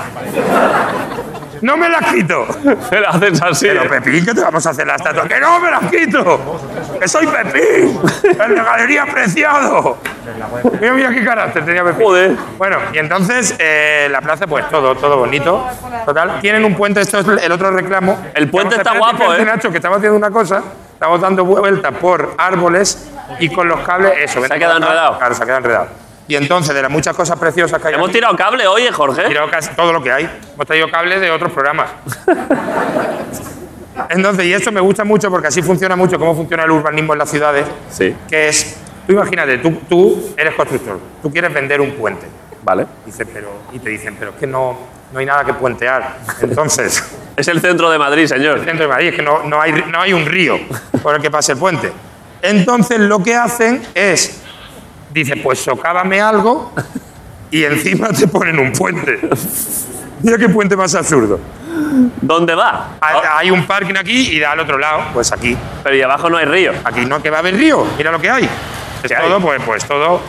Speaker 9: No me las quito.
Speaker 1: Te la haces así.
Speaker 9: Pero
Speaker 1: ¿eh?
Speaker 9: Pepín, que te vamos a hacer la estatua. ¡Que no me las quito! ¡Que soy Pepín! ¡El de Galería Preciado! Mira, mira qué carácter tenía Pepín.
Speaker 1: Joder.
Speaker 9: Bueno, y entonces eh, la plaza, pues todo, todo bonito. Total, tienen un puente, esto es el otro reclamo.
Speaker 1: El puente
Speaker 9: Estamos-
Speaker 1: está
Speaker 9: espérate,
Speaker 1: guapo,
Speaker 9: espérate,
Speaker 1: ¿eh?
Speaker 9: Nacho, que estamos haciendo una cosa, estamos dando vueltas por árboles y con los cables, eso. vente
Speaker 1: ha quedado
Speaker 9: para acá.
Speaker 1: enredado.
Speaker 9: Claro, se ha quedado enredado. Y entonces, de las muchas cosas preciosas que hay
Speaker 1: Hemos
Speaker 9: aquí,
Speaker 1: tirado cable, oye, Jorge.
Speaker 9: tirado casi todo lo que hay. Hemos traído cables de otros programas. Entonces, y esto me gusta mucho porque así funciona mucho cómo funciona el urbanismo en las ciudades,
Speaker 1: Sí.
Speaker 9: que es, tú imagínate, tú, tú eres constructor, tú quieres vender un puente.
Speaker 1: Vale.
Speaker 9: Dice, pero, y te dicen, pero es que no, no hay nada que puentear. Entonces,
Speaker 1: Es el centro de Madrid, señor.
Speaker 9: dentro de Madrid es que no, no, hay, no hay un río por el que pase el puente. Entonces, lo que hacen es, dice, pues socávame algo y encima te ponen un puente. Mira qué puente más absurdo.
Speaker 1: ¿Dónde va? Oh,
Speaker 9: Hay, hay un parking aquí y da al otro lado, pues aquí.
Speaker 1: Pero y abajo no hay río.
Speaker 9: Aquí no que va a haber río, mira lo que hay. Es
Speaker 1: ¿Qué hay?
Speaker 9: todo, pues, pues todo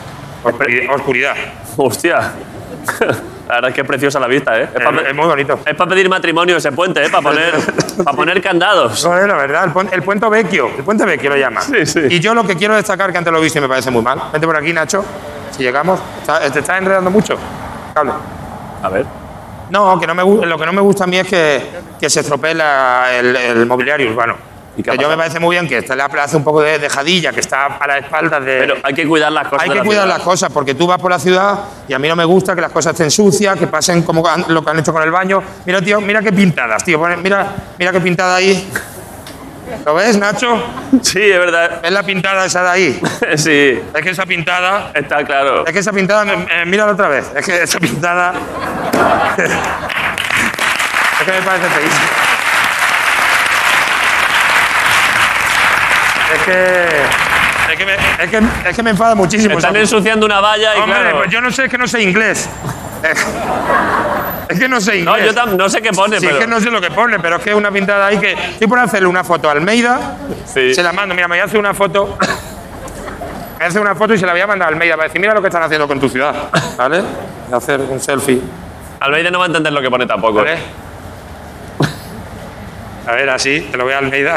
Speaker 9: oscuri- oscuridad.
Speaker 1: Hostia. La verdad es que es preciosa la vista, ¿eh? Es
Speaker 9: Es,
Speaker 1: para
Speaker 9: es muy bonito.
Speaker 1: pedir matrimonio ese puente, ¿eh? Para poner, pa' poner candados.
Speaker 9: Joder, la verdad, el, pon- el puente vecchio, el puente vecchio lo llama.
Speaker 1: Sí, sí.
Speaker 9: Y yo lo que quiero destacar, que antes lo he visto y me parece muy mal. Vente por aquí, Nacho, si llegamos. Está- te estás enredando mucho. Cable.
Speaker 1: A ver.
Speaker 9: No, que no me, gu- lo que no me gusta a mí es que, que se estropee la- el, el mobiliario urbano.
Speaker 1: ¿Y qué ha
Speaker 9: Que yo
Speaker 1: pasado?
Speaker 9: me parece muy bien que está la plaza un poco de- dejadilla, que está a la espalda de.
Speaker 1: Pero hay que cuidar las cosas.
Speaker 9: Hay
Speaker 1: de
Speaker 9: que
Speaker 1: la
Speaker 9: cuidar
Speaker 1: ciudad.
Speaker 9: las cosas porque tú vas por la ciudad y a mí no me gusta que las cosas estén sucias, que pasen como han- lo que han hecho con el baño. Mira, tío, mira qué pintadas, tío. pone- Mira, mira qué pintada ahí. ¿Lo ves, Nacho?
Speaker 1: Sí, es verdad.
Speaker 9: ¿Ves la pintada esa de ahí?
Speaker 1: Sí,
Speaker 9: Es que esa pintada.
Speaker 1: está claro.
Speaker 9: Es que esa pintada. eh, mírala otra vez. Es que esa pintada. es que me parece feísima. Es que. Es que, me, es, que, es que me enfada muchísimo.
Speaker 1: Están
Speaker 9: esa-
Speaker 1: ensuciando una valla y
Speaker 9: Hombre,
Speaker 1: claro.
Speaker 9: pues yo no sé, es que no sé inglés. Es, es que no sé
Speaker 1: No,
Speaker 9: inglés.
Speaker 1: yo tam- no sé qué pone,
Speaker 9: Sí,
Speaker 1: pero.
Speaker 9: es que no sé lo que pone, pero es que es una pintada ahí que. Estoy por hacerle una foto a Almeida.
Speaker 1: Sí.
Speaker 9: Se la mando, mira, me voy a hacer una foto. Me voy a hacer una foto y se la voy a mandar a Almeida para decir, mira lo que están haciendo con tu ciudad. ¿Vale? Voy a hacer un selfie.
Speaker 1: Almeida no va a entender lo que pone tampoco.
Speaker 9: ¿Vale? A ver, así, te lo voy a Almeida.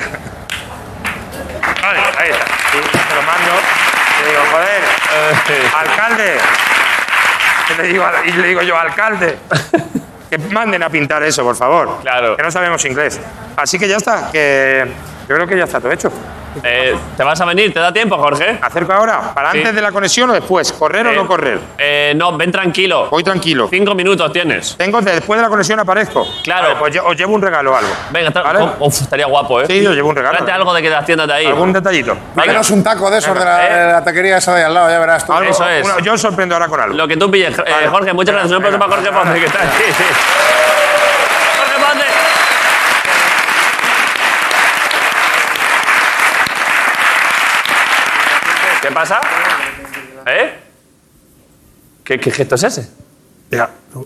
Speaker 9: Vale, ahí está. Sí, te lo mando. Le digo, joder,
Speaker 1: Eh.
Speaker 9: alcalde. Y le digo, y le digo yo, alcalde. Que manden a pintar eso, por favor.
Speaker 1: Claro.
Speaker 9: Que no sabemos inglés. Así que ya está, que yo creo que ya está todo hecho.
Speaker 1: Eh, ¿Te vas a venir? ¿Te da tiempo, Jorge?
Speaker 9: ¿Acerco ahora? ¿Para
Speaker 1: Sí.
Speaker 9: antes de la conexión o después? ¿Correr o
Speaker 1: Eh,
Speaker 9: no correr?
Speaker 1: eh, no, ven tranquilo.
Speaker 9: Voy tranquilo.
Speaker 1: Cinco minutos tienes.
Speaker 9: Tengo después de la conexión aparezco.
Speaker 1: Claro.
Speaker 9: Vale, pues lle- os llevo un regalo o algo.
Speaker 1: Venga, tra-
Speaker 9: ¿Vale?
Speaker 1: oh, uf, estaría guapo, ¿eh?
Speaker 9: Sí, yo llevo un regalo.
Speaker 1: Tráete algo de que las tiendas de ahí.
Speaker 9: Algún detallito.
Speaker 1: Venga,
Speaker 3: Menos un taco de esos de la,
Speaker 1: Eh.
Speaker 3: de la taquería esa de al lado, ya verás tú.
Speaker 9: Algo-
Speaker 1: Eso es.
Speaker 9: una- yo os sorprendo ahora con algo.
Speaker 1: Lo que tú pilles. Eh,
Speaker 9: Vale.
Speaker 1: Jorge, muchas
Speaker 9: Venga,
Speaker 1: gracias. Un
Speaker 9: venga.
Speaker 1: aplauso para Jorge Ponce, que está aquí. Jorge Ponce. ¿Qué pasa? ¿Eh? ¿Qué, qué gesto es ese?
Speaker 2: Ya, no,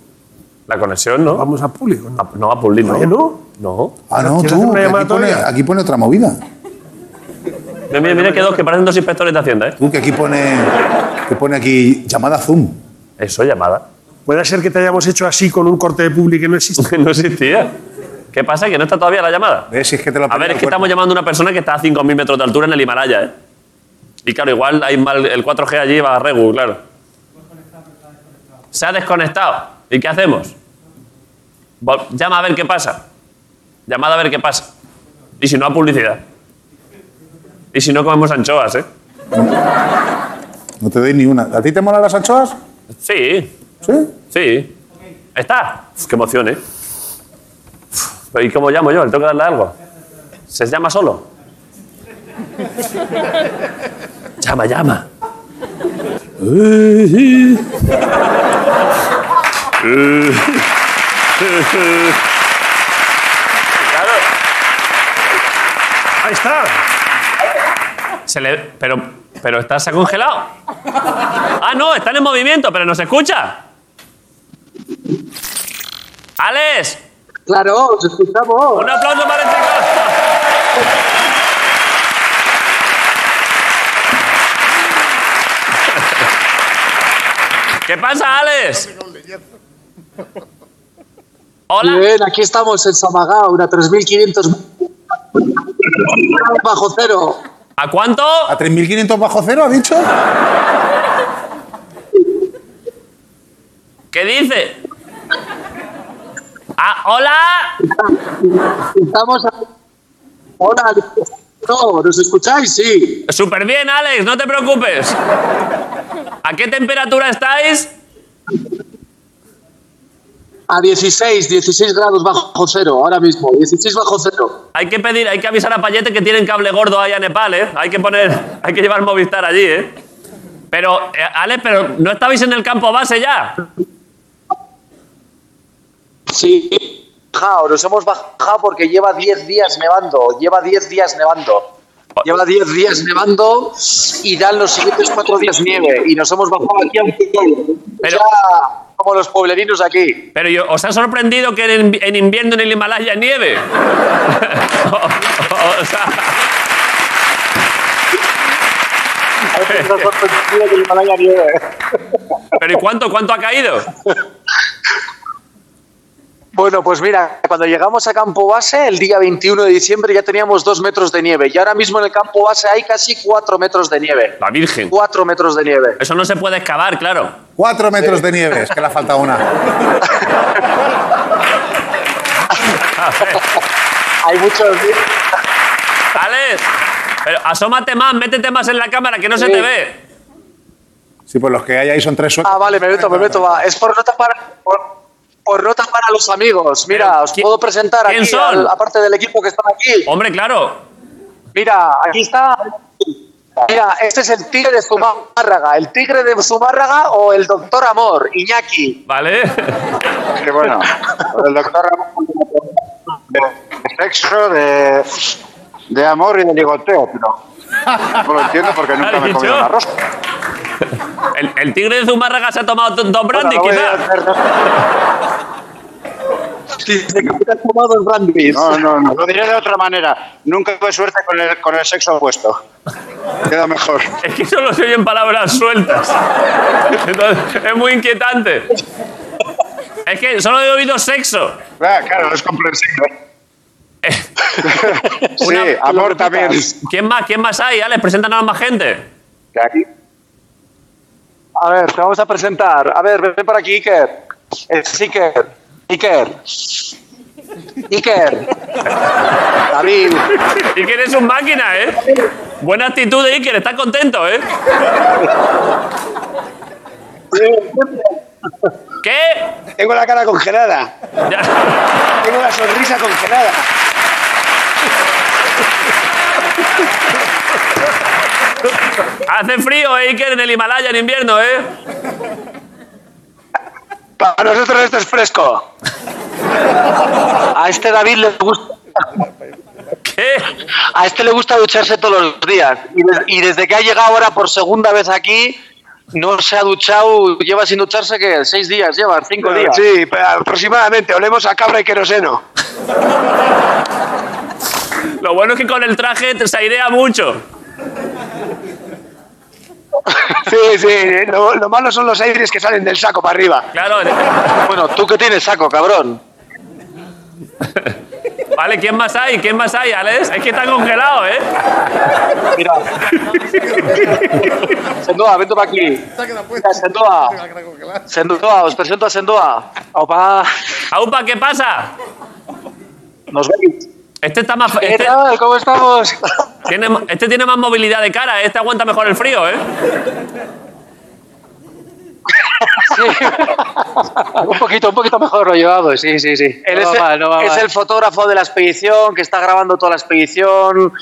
Speaker 1: La conexión, ¿no?
Speaker 2: vamos a público. ¿no?
Speaker 1: A- No a Publi,
Speaker 2: Oye, ¿no?
Speaker 1: No.
Speaker 3: Ah, no,
Speaker 2: ¿Quieres hacer
Speaker 3: tú.
Speaker 2: una
Speaker 3: que Aquí
Speaker 2: llamada
Speaker 3: pone,
Speaker 2: todavía?
Speaker 3: aquí pone otra movida.
Speaker 1: Mira, mira, mira que dos que parecen dos inspectores de Hacienda, ¿eh?
Speaker 3: Tú, que aquí pone, que pone aquí llamada Zoom.
Speaker 1: Eso, llamada.
Speaker 2: Puede ser que te hayamos hecho así con un corte de público que no existe.
Speaker 1: no existía. ¿Qué pasa? ¿Que no está todavía la llamada?
Speaker 3: ¿Ves? Si es que te lo
Speaker 1: A ver,
Speaker 3: ponía
Speaker 1: es
Speaker 3: el
Speaker 1: que
Speaker 3: cuerpo.
Speaker 1: estamos llamando a una persona que está a 5.000 metros de altura en el Himalaya, ¿eh? Y claro, igual hay mal, el 4G allí va a regu, claro. Se ha desconectado. ¿Y qué hacemos? Vol- Llama a ver qué pasa. Llamada a ver qué pasa. Y si no, a publicidad. Y si no, comemos anchoas, ¿eh?
Speaker 3: No te doy ni una. ¿A ti te molan las anchoas?
Speaker 1: Sí,
Speaker 3: ¿Sí?
Speaker 1: Sí. ¿Está? Uf, qué emoción, ¿eh? Uf, ¿Y cómo llamo yo? ¿Le tengo que darle algo? ¿Se llama solo? llama, llama. claro,
Speaker 2: ¡Ahí está!
Speaker 1: se le... Pero, pero está, se ha congelado. Ah, no, están en movimiento, pero no se escucha. ¡Alex!
Speaker 10: Claro, os escuchamos.
Speaker 1: Un aplauso para este caso. ¿Qué pasa, Alex? Hola.
Speaker 10: Bien, aquí estamos en Samagá, una 3.500 bajo cero.
Speaker 1: ¿A cuánto?
Speaker 3: ¿A 3.500 bajo cero, ha dicho?
Speaker 1: ¿Qué dice? Ah, hola.
Speaker 10: Estamos. a- Hola, no, ¿nos escucháis? Sí.
Speaker 1: Súper bien, Alex, no te preocupes. ¿A qué temperatura estáis?
Speaker 10: A 16, 16 grados bajo cero, ahora mismo, 16 bajo cero.
Speaker 1: Hay que pedir, hay que avisar a Payete que tienen cable gordo ahí a Nepal, ¿eh? Hay que poner, hay que llevar Movistar allí, ¿eh? Pero, eh, Alex, pero no estabais en el campo base ya.
Speaker 10: Sí. Bajao, nos hemos bajado porque lleva 10 días nevando, lleva 10 días nevando. Lleva 10 días nevando y dan los siguientes 4 días nieve. Y nos hemos bajado aquí a un pueblo.
Speaker 1: Pero-
Speaker 10: Ya, como los pueblerinos aquí.
Speaker 1: Pero yo, ¿os ha sorprendido que en, en invierno en el Himalaya nieve? O- o sea, pero ¿y cuánto, cuánto ha caído?
Speaker 10: Bueno, pues mira, cuando llegamos a Campo Base, el día 21 de diciembre ya teníamos dos metros de nieve y ahora mismo en el Campo Base hay casi cuatro metros de nieve.
Speaker 1: La Virgen.
Speaker 10: Cuatro metros de nieve.
Speaker 1: Eso no se puede excavar, claro.
Speaker 3: Cuatro metros de nieve, es que le ha faltado una.
Speaker 10: Hay muchos...
Speaker 1: Alex, pero asómate más, métete más en la cámara que no se te ve.
Speaker 3: Sí, pues los que hay ahí son tres suecos.
Speaker 10: Ah, vale, me meto, me meto, va. Es por nota para... Por, por nota para los amigos. Mira,
Speaker 1: Pero,
Speaker 10: os
Speaker 1: ¿quién-
Speaker 10: puedo presentar
Speaker 1: quién
Speaker 10: aquí,
Speaker 1: son?
Speaker 10: al- aparte del equipo que están aquí.
Speaker 1: Hombre, claro.
Speaker 10: Mira, aquí está. Mira, este es el tigre de Zumárraga. ¿El tigre de Zumárraga o el doctor Amor? Iñaki.
Speaker 1: ¿Vale?
Speaker 11: Que bueno, lo del doctor Ramón, de sexo, de, de amor y de ligoteo, pero no lo entiendo porque nunca me he comido
Speaker 1: ¿Dicho?
Speaker 11: una rosca.
Speaker 1: El, el tigre de Zumárraga se ha tomado Don- Don Brandy,
Speaker 11: Ahora voy a
Speaker 1: quizás.
Speaker 10: Dice que te has tomado el brandy.
Speaker 11: No, no, no, lo diré de otra manera. Nunca tuve suerte con el, con el sexo opuesto. Queda mejor.
Speaker 1: Es que solo se oyen palabras sueltas. Entonces, es muy inquietante. Es que solo he oído sexo.
Speaker 11: Ah, claro, es comprensible. sí, amor también.
Speaker 1: ¿Quién más? ¿Quién más hay? Alex, preséntanos a más gente.
Speaker 10: A ver, te vamos a presentar. A ver, ven por aquí, Iker. Es Iker. Iker. Iker.
Speaker 11: David,
Speaker 1: Iker es un máquina, ¿eh? Buena actitud de Iker, está contento, ¿eh? ¿Qué?
Speaker 11: tengo la cara congelada. Tengo la sonrisa congelada.
Speaker 1: Hace frío, ¿eh, Iker, en el Himalaya en invierno, ¿eh?
Speaker 10: Para nosotros esto es fresco. A este David le gusta.
Speaker 1: ¿Qué?
Speaker 10: A este le gusta ducharse todos los días. Y, des- y desde que ha llegado ahora por segunda vez aquí, no se ha duchado. Lleva sin ducharse que seis días, lleva cinco días.
Speaker 11: Sí, aproximadamente. Olemos a cabra y queroseno.
Speaker 1: Lo bueno es que con el traje te- se airea mucho.
Speaker 11: Sí, sí. Lo, lo malo son los aires que salen del saco para arriba.
Speaker 1: Claro.
Speaker 10: Bueno, tú que tienes saco, cabrón.
Speaker 1: Vale, ¿quién más hay? ¿Quién más hay, Alex? Es que está congelado, ¿eh?
Speaker 10: Mira. Sendoa, vente para aquí. Mira, Sendoa. Sendoa, os presento a Sendoa. Opa,
Speaker 1: Aupa, ¿qué pasa?
Speaker 10: nos veis.
Speaker 1: Este está más...
Speaker 10: ¿Qué
Speaker 1: Este,
Speaker 10: tal? ¿Cómo estamos?
Speaker 1: tiene, ma- este tiene más movilidad de cara, ¿eh? este aguanta mejor el frío, ¿eh?
Speaker 10: un poquito, un poquito mejor lo llevamos, sí, sí, sí.
Speaker 11: Él es el-
Speaker 10: es el fotógrafo de la expedición que está grabando toda la expedición,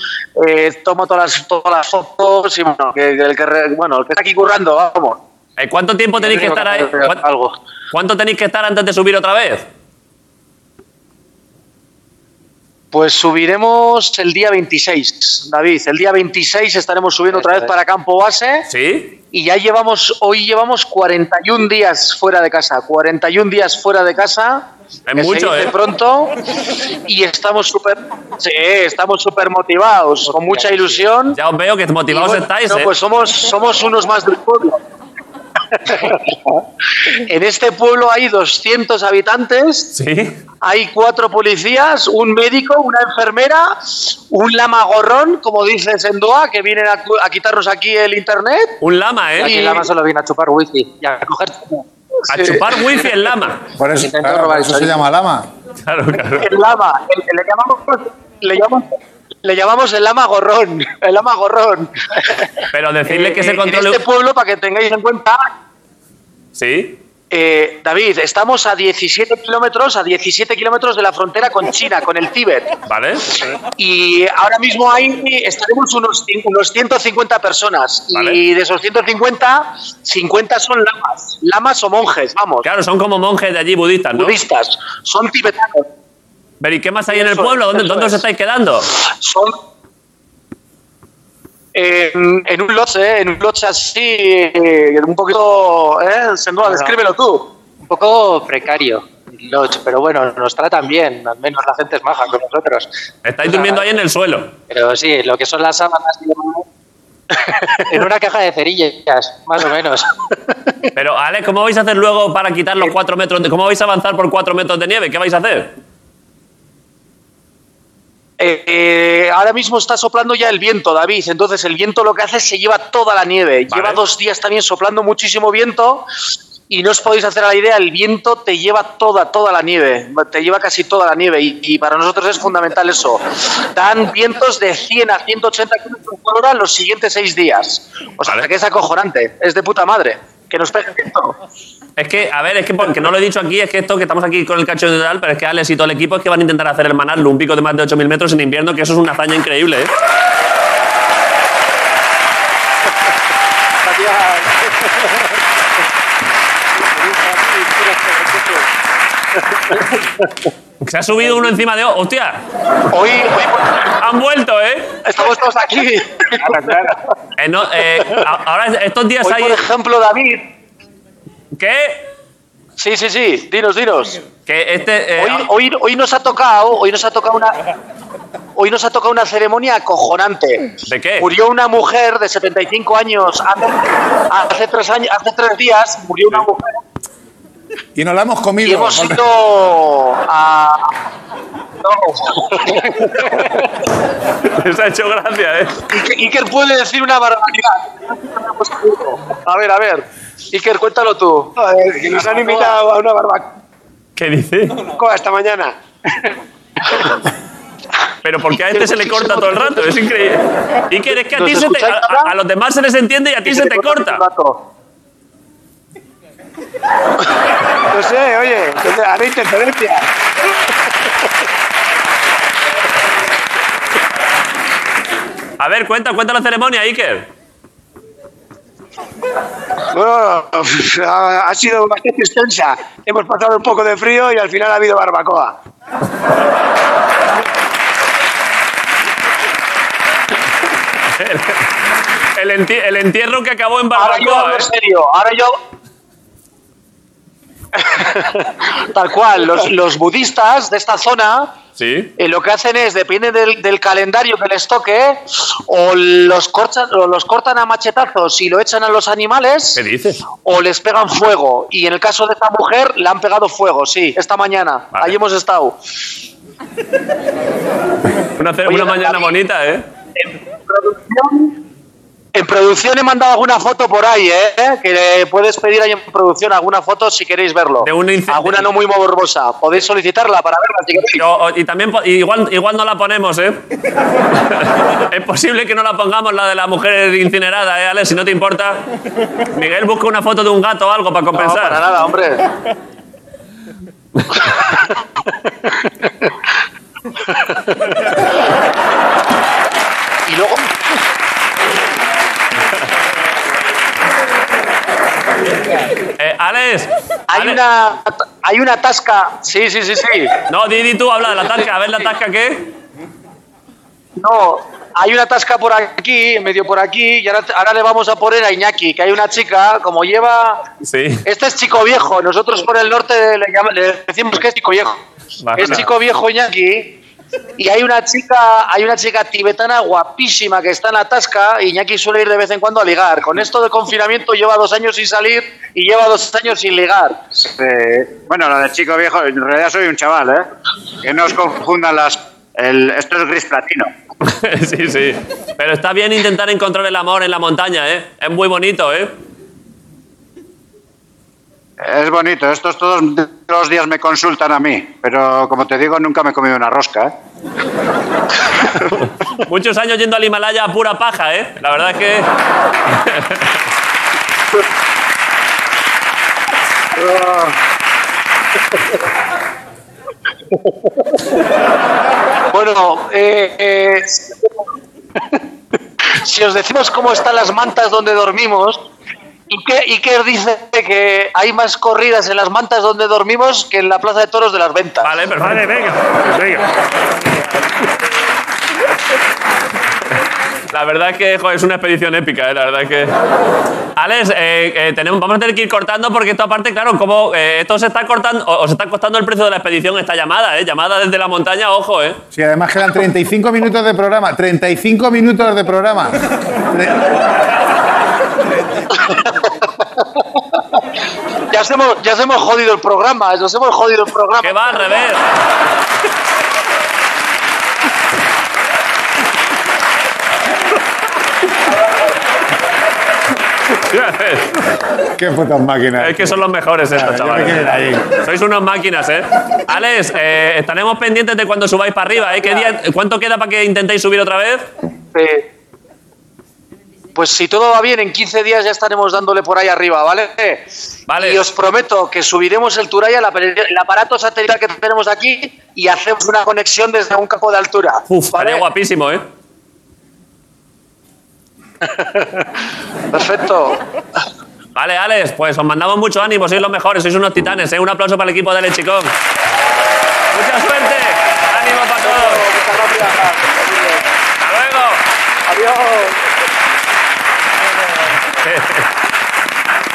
Speaker 10: eh, toma todas las, todas las fotos y bueno, que, el que re- bueno, el que está aquí currando, vamos.
Speaker 1: Eh, ¿Cuánto tiempo tenéis que
Speaker 10: Yo tengo
Speaker 1: estar ahí?
Speaker 10: hacer
Speaker 1: ¿Cuán-
Speaker 10: Algo.
Speaker 1: ¿Cuánto tenéis que estar antes de subir otra vez?
Speaker 10: Pues subiremos el día 26, David. El día 26 estaremos subiendo otra vez para campo base.
Speaker 1: ¿Sí?
Speaker 10: Y ya llevamos, hoy llevamos 41 días fuera de casa, 41 días fuera de casa.
Speaker 1: Es
Speaker 10: que se
Speaker 1: mucho,
Speaker 10: dice
Speaker 1: ¿eh?
Speaker 10: pronto. Y estamos súper, sí, estamos súper motivados, con mucha ilusión.
Speaker 1: Ya os veo que
Speaker 10: Y
Speaker 1: motivados
Speaker 10: bueno,
Speaker 1: estáis,
Speaker 10: no,
Speaker 1: ¿eh?
Speaker 10: pues somos, somos unos más del pueblo. en este pueblo hay 200 habitantes,
Speaker 1: Sí.
Speaker 10: hay cuatro policías, un médico, una enfermera, un lamagorrón, como dice Sendoa, que vienen a, cu- a quitarnos aquí el internet.
Speaker 1: Un lama,
Speaker 10: Y aquí
Speaker 1: ¿eh?
Speaker 10: el lama solo viene a chupar wifi y a coger.
Speaker 1: A chupar wifi el lama.
Speaker 3: Por eso,
Speaker 10: Intento
Speaker 3: claro,
Speaker 10: robar
Speaker 3: por eso
Speaker 10: el
Speaker 3: se llama lama.
Speaker 1: Claro, claro.
Speaker 10: El lama, el- le, llamamos, le, llamamos, le llamamos el lama gorrón. El lama gorrón.
Speaker 1: Pero decirle que
Speaker 10: Eh,
Speaker 1: se
Speaker 10: En
Speaker 1: controle...
Speaker 10: este pueblo, para que tengáis en cuenta,
Speaker 1: ¿Sí?
Speaker 10: Eh, David, estamos a 17 kilómetros, a 17 kilómetros de la frontera con China, con el Tíbet.
Speaker 1: ¿Vale?
Speaker 10: Y ahora mismo hay, estaremos unos, cien- unos 150 personas.
Speaker 1: Vale.
Speaker 10: Y de esos 150, 50 son lamas. Lamas o monjes, vamos.
Speaker 1: Claro, son como monjes de allí budistas, ¿no?
Speaker 10: Budistas. Son tibetanos.
Speaker 1: Pero ¿y qué más hay en el
Speaker 10: Eso es,
Speaker 1: pueblo? ¿Dónde,
Speaker 10: eso
Speaker 1: dónde os
Speaker 10: es.
Speaker 1: estáis quedando?
Speaker 10: Son. eh, en un loche, eh, en un loche así, eh, un poquito. Eh, Senua, descríbelo tú.
Speaker 12: un poco precario. Lodge, pero bueno, nos tratan bien, al menos la gente es maja con nosotros.
Speaker 1: Estáis durmiendo ahí en el suelo.
Speaker 12: Pero sí, lo que son las sábanas y demás, en una caja de cerillas, más o menos.
Speaker 1: Pero, Alex, ¿cómo vais a hacer luego para quitar los cuatro metros? de- ¿Cómo vais a avanzar por cuatro metros de nieve? ¿Qué vais a hacer?
Speaker 10: Eh, eh, ahora mismo está soplando ya el viento, David. Entonces el viento lo que hace es se lleva toda la nieve.
Speaker 1: Vale.
Speaker 10: Lleva dos días también soplando muchísimo viento y no os podéis hacer la idea, el viento te lleva toda, toda la nieve. Te lleva casi toda la nieve y, y para nosotros es fundamental eso. Dan vientos de 100 a 180 kilómetros por hora los siguientes seis días. O sea,
Speaker 1: Vale.
Speaker 10: que es acojonante. Es de puta madre. Que nos pegue el viento.
Speaker 1: Es que, a ver, es que porque no lo he dicho aquí, es que esto que estamos aquí con el cacho de tal, pero es que Alex y todo el equipo es que van a intentar hacer el Manal, un pico de más de 8.000 metros en invierno, que eso es una hazaña increíble, ¿eh? Se ha subido uno encima de otro. ¡Hostia!
Speaker 10: Hoy,
Speaker 1: Han vuelto, ¿eh?
Speaker 10: Estamos todos aquí.
Speaker 1: Eh, no, eh, a- ahora estos días
Speaker 10: Hoy,
Speaker 1: hay...
Speaker 10: por ejemplo, David.
Speaker 1: ¿Qué?
Speaker 10: Sí, sí, sí. Dinos, dinos.
Speaker 1: Que este, eh,
Speaker 10: hoy, hoy, hoy nos ha tocado, hoy nos ha tocado una. Hoy nos ha tocado una ceremonia acojonante.
Speaker 1: ¿De qué?
Speaker 10: Murió una mujer de 75 años hace, hace tres años, hace tres días murió una mujer
Speaker 3: Y nos la hemos comido.
Speaker 10: y hemos ido a oh.
Speaker 1: Les ha hecho gracia, ¿eh?
Speaker 10: Iker, Iker puede decir una barbaridad. A ver, a ver. Iker, cuéntalo tú.
Speaker 11: que nos han invitado
Speaker 10: a una barbacoa
Speaker 1: ¿Qué dice?
Speaker 10: esta mañana.
Speaker 1: Pero porque a este se le corta todo el rato, es increíble. Y que es que a
Speaker 10: ¿Nos
Speaker 1: ti se te,
Speaker 10: escucháis
Speaker 1: a, a- a los demás se les entiende y a ti se te corta.
Speaker 11: No sé, oye, que haré interferencia.
Speaker 1: A ver, cuenta, cuenta la ceremonia, Iker.
Speaker 11: Bueno, ha sido bastante extensa. Hemos pasado un poco de frío y al final ha habido barbacoa.
Speaker 1: El, enti- el entierro que acabó en
Speaker 10: Ahora yo
Speaker 1: Barbacoa,
Speaker 10: hablo
Speaker 1: ¿eh?
Speaker 10: serio. Ahora yo. Tal cual, los, los budistas de esta zona
Speaker 1: Sí.
Speaker 10: eh, lo que hacen es, depende del, del calendario que les toque, o los, corchan- o los cortan a machetazos y lo echan a los animales,
Speaker 1: ¿Qué dices?
Speaker 10: o les pegan fuego. Y en el caso de esta mujer, le han pegado fuego, sí, esta mañana. Ahí hemos estado.
Speaker 1: Una, cere- una mañana bonita, ¿eh?
Speaker 10: En producción he mandado alguna foto por ahí, ¿eh? Que eh, puedes pedir ahí en producción alguna foto si queréis verlo. alguna no muy morbosa. Podéis solicitarla para verla si queréis.
Speaker 1: O- o- y también po- igual, igual no la ponemos, ¿eh? es posible que no la pongamos la de la mujer incinerada, ¿eh, Alex? Si no te importa. Miguel busca una foto de un gato o algo para compensar.
Speaker 10: No, para nada, hombre. y luego.
Speaker 1: Eh, Alex.
Speaker 10: Hay una. Hay una tasca. Sí, sí, sí, sí.
Speaker 1: No, Didi, tú habla de la tasca. A ver la tasca qué.
Speaker 10: No, hay una tasca por aquí, medio por aquí, y ahora, ahora le vamos a poner a Iñaki, que hay una chica, como lleva.
Speaker 1: Sí.
Speaker 10: Este es chico viejo, nosotros por el norte le, llama- le decimos que es chico viejo.
Speaker 1: Vale.
Speaker 10: Es chico viejo Iñaki. Y hay una chica, hay una chica tibetana guapísima que está en la tasca, y Iñaki suele ir de vez en cuando a ligar. Con esto de confinamiento lleva dos años sin salir y lleva dos años sin ligar.
Speaker 11: Eh, bueno, lo de chico viejo, en realidad soy un chaval, ¿eh? Que no os confundan las. El, esto es gris platino.
Speaker 1: sí, sí. Pero está bien intentar encontrar el amor en la montaña, ¿eh? Es muy bonito, ¿eh?
Speaker 11: Es bonito, estos todos los días me consultan a mí, pero como te digo, nunca me he comido una rosca, ¿eh?
Speaker 1: Muchos años yendo al Himalaya a pura paja, ¿eh? La verdad es que...
Speaker 10: Bueno, eh, eh, si os decimos cómo están las mantas donde dormimos, y que, y que dice que hay más corridas en las mantas donde dormimos que en la plaza de toros de las ventas.
Speaker 1: Vale, perfecto.
Speaker 6: Vale, venga, venga.
Speaker 1: La verdad es que, joder, es una expedición épica, ¿eh? La verdad es que... Alex, eh, eh, tenemos, vamos a tener que ir cortando porque esto aparte, claro, como eh, esto se está cortando, o- os está costando el precio de la expedición esta llamada, ¿eh? Llamada desde la montaña, ojo, ¿eh?
Speaker 3: Sí, además quedan 35 minutos de programa. 35 minutos de programa.
Speaker 10: Ya se hemos, ya se hemos jodido el programa, nos hemos jodido el programa.
Speaker 1: Que va al revés.
Speaker 3: Qué putas máquinas.
Speaker 1: Es que son los mejores estos,
Speaker 3: Claro, ya me
Speaker 1: chavales.
Speaker 3: quedé ahí.
Speaker 1: Sois unos máquinas, ¿eh? Alex, eh, estaremos pendientes de cuando subáis para arriba, ¿eh? ¿Qué día- ¿Cuánto queda para que intentéis subir otra vez?
Speaker 10: Eh, pues si todo va bien, en 15 días ya estaremos dándole por ahí arriba, ¿vale?
Speaker 1: Vale.
Speaker 10: Y os prometo que subiremos el Turaya, el apare- el aparato satelital que tenemos aquí, y hacemos una conexión desde un campo de altura.
Speaker 1: Uf, estaría guapísimo, ¿eh?
Speaker 10: Perfecto.
Speaker 1: Vale, Alex, pues os mandamos mucho ánimo, sois los mejores, sois unos titanes, ¿eh? Un aplauso para el equipo de Alex Chicón. Mucha suerte, ánimo para todos. Hasta luego.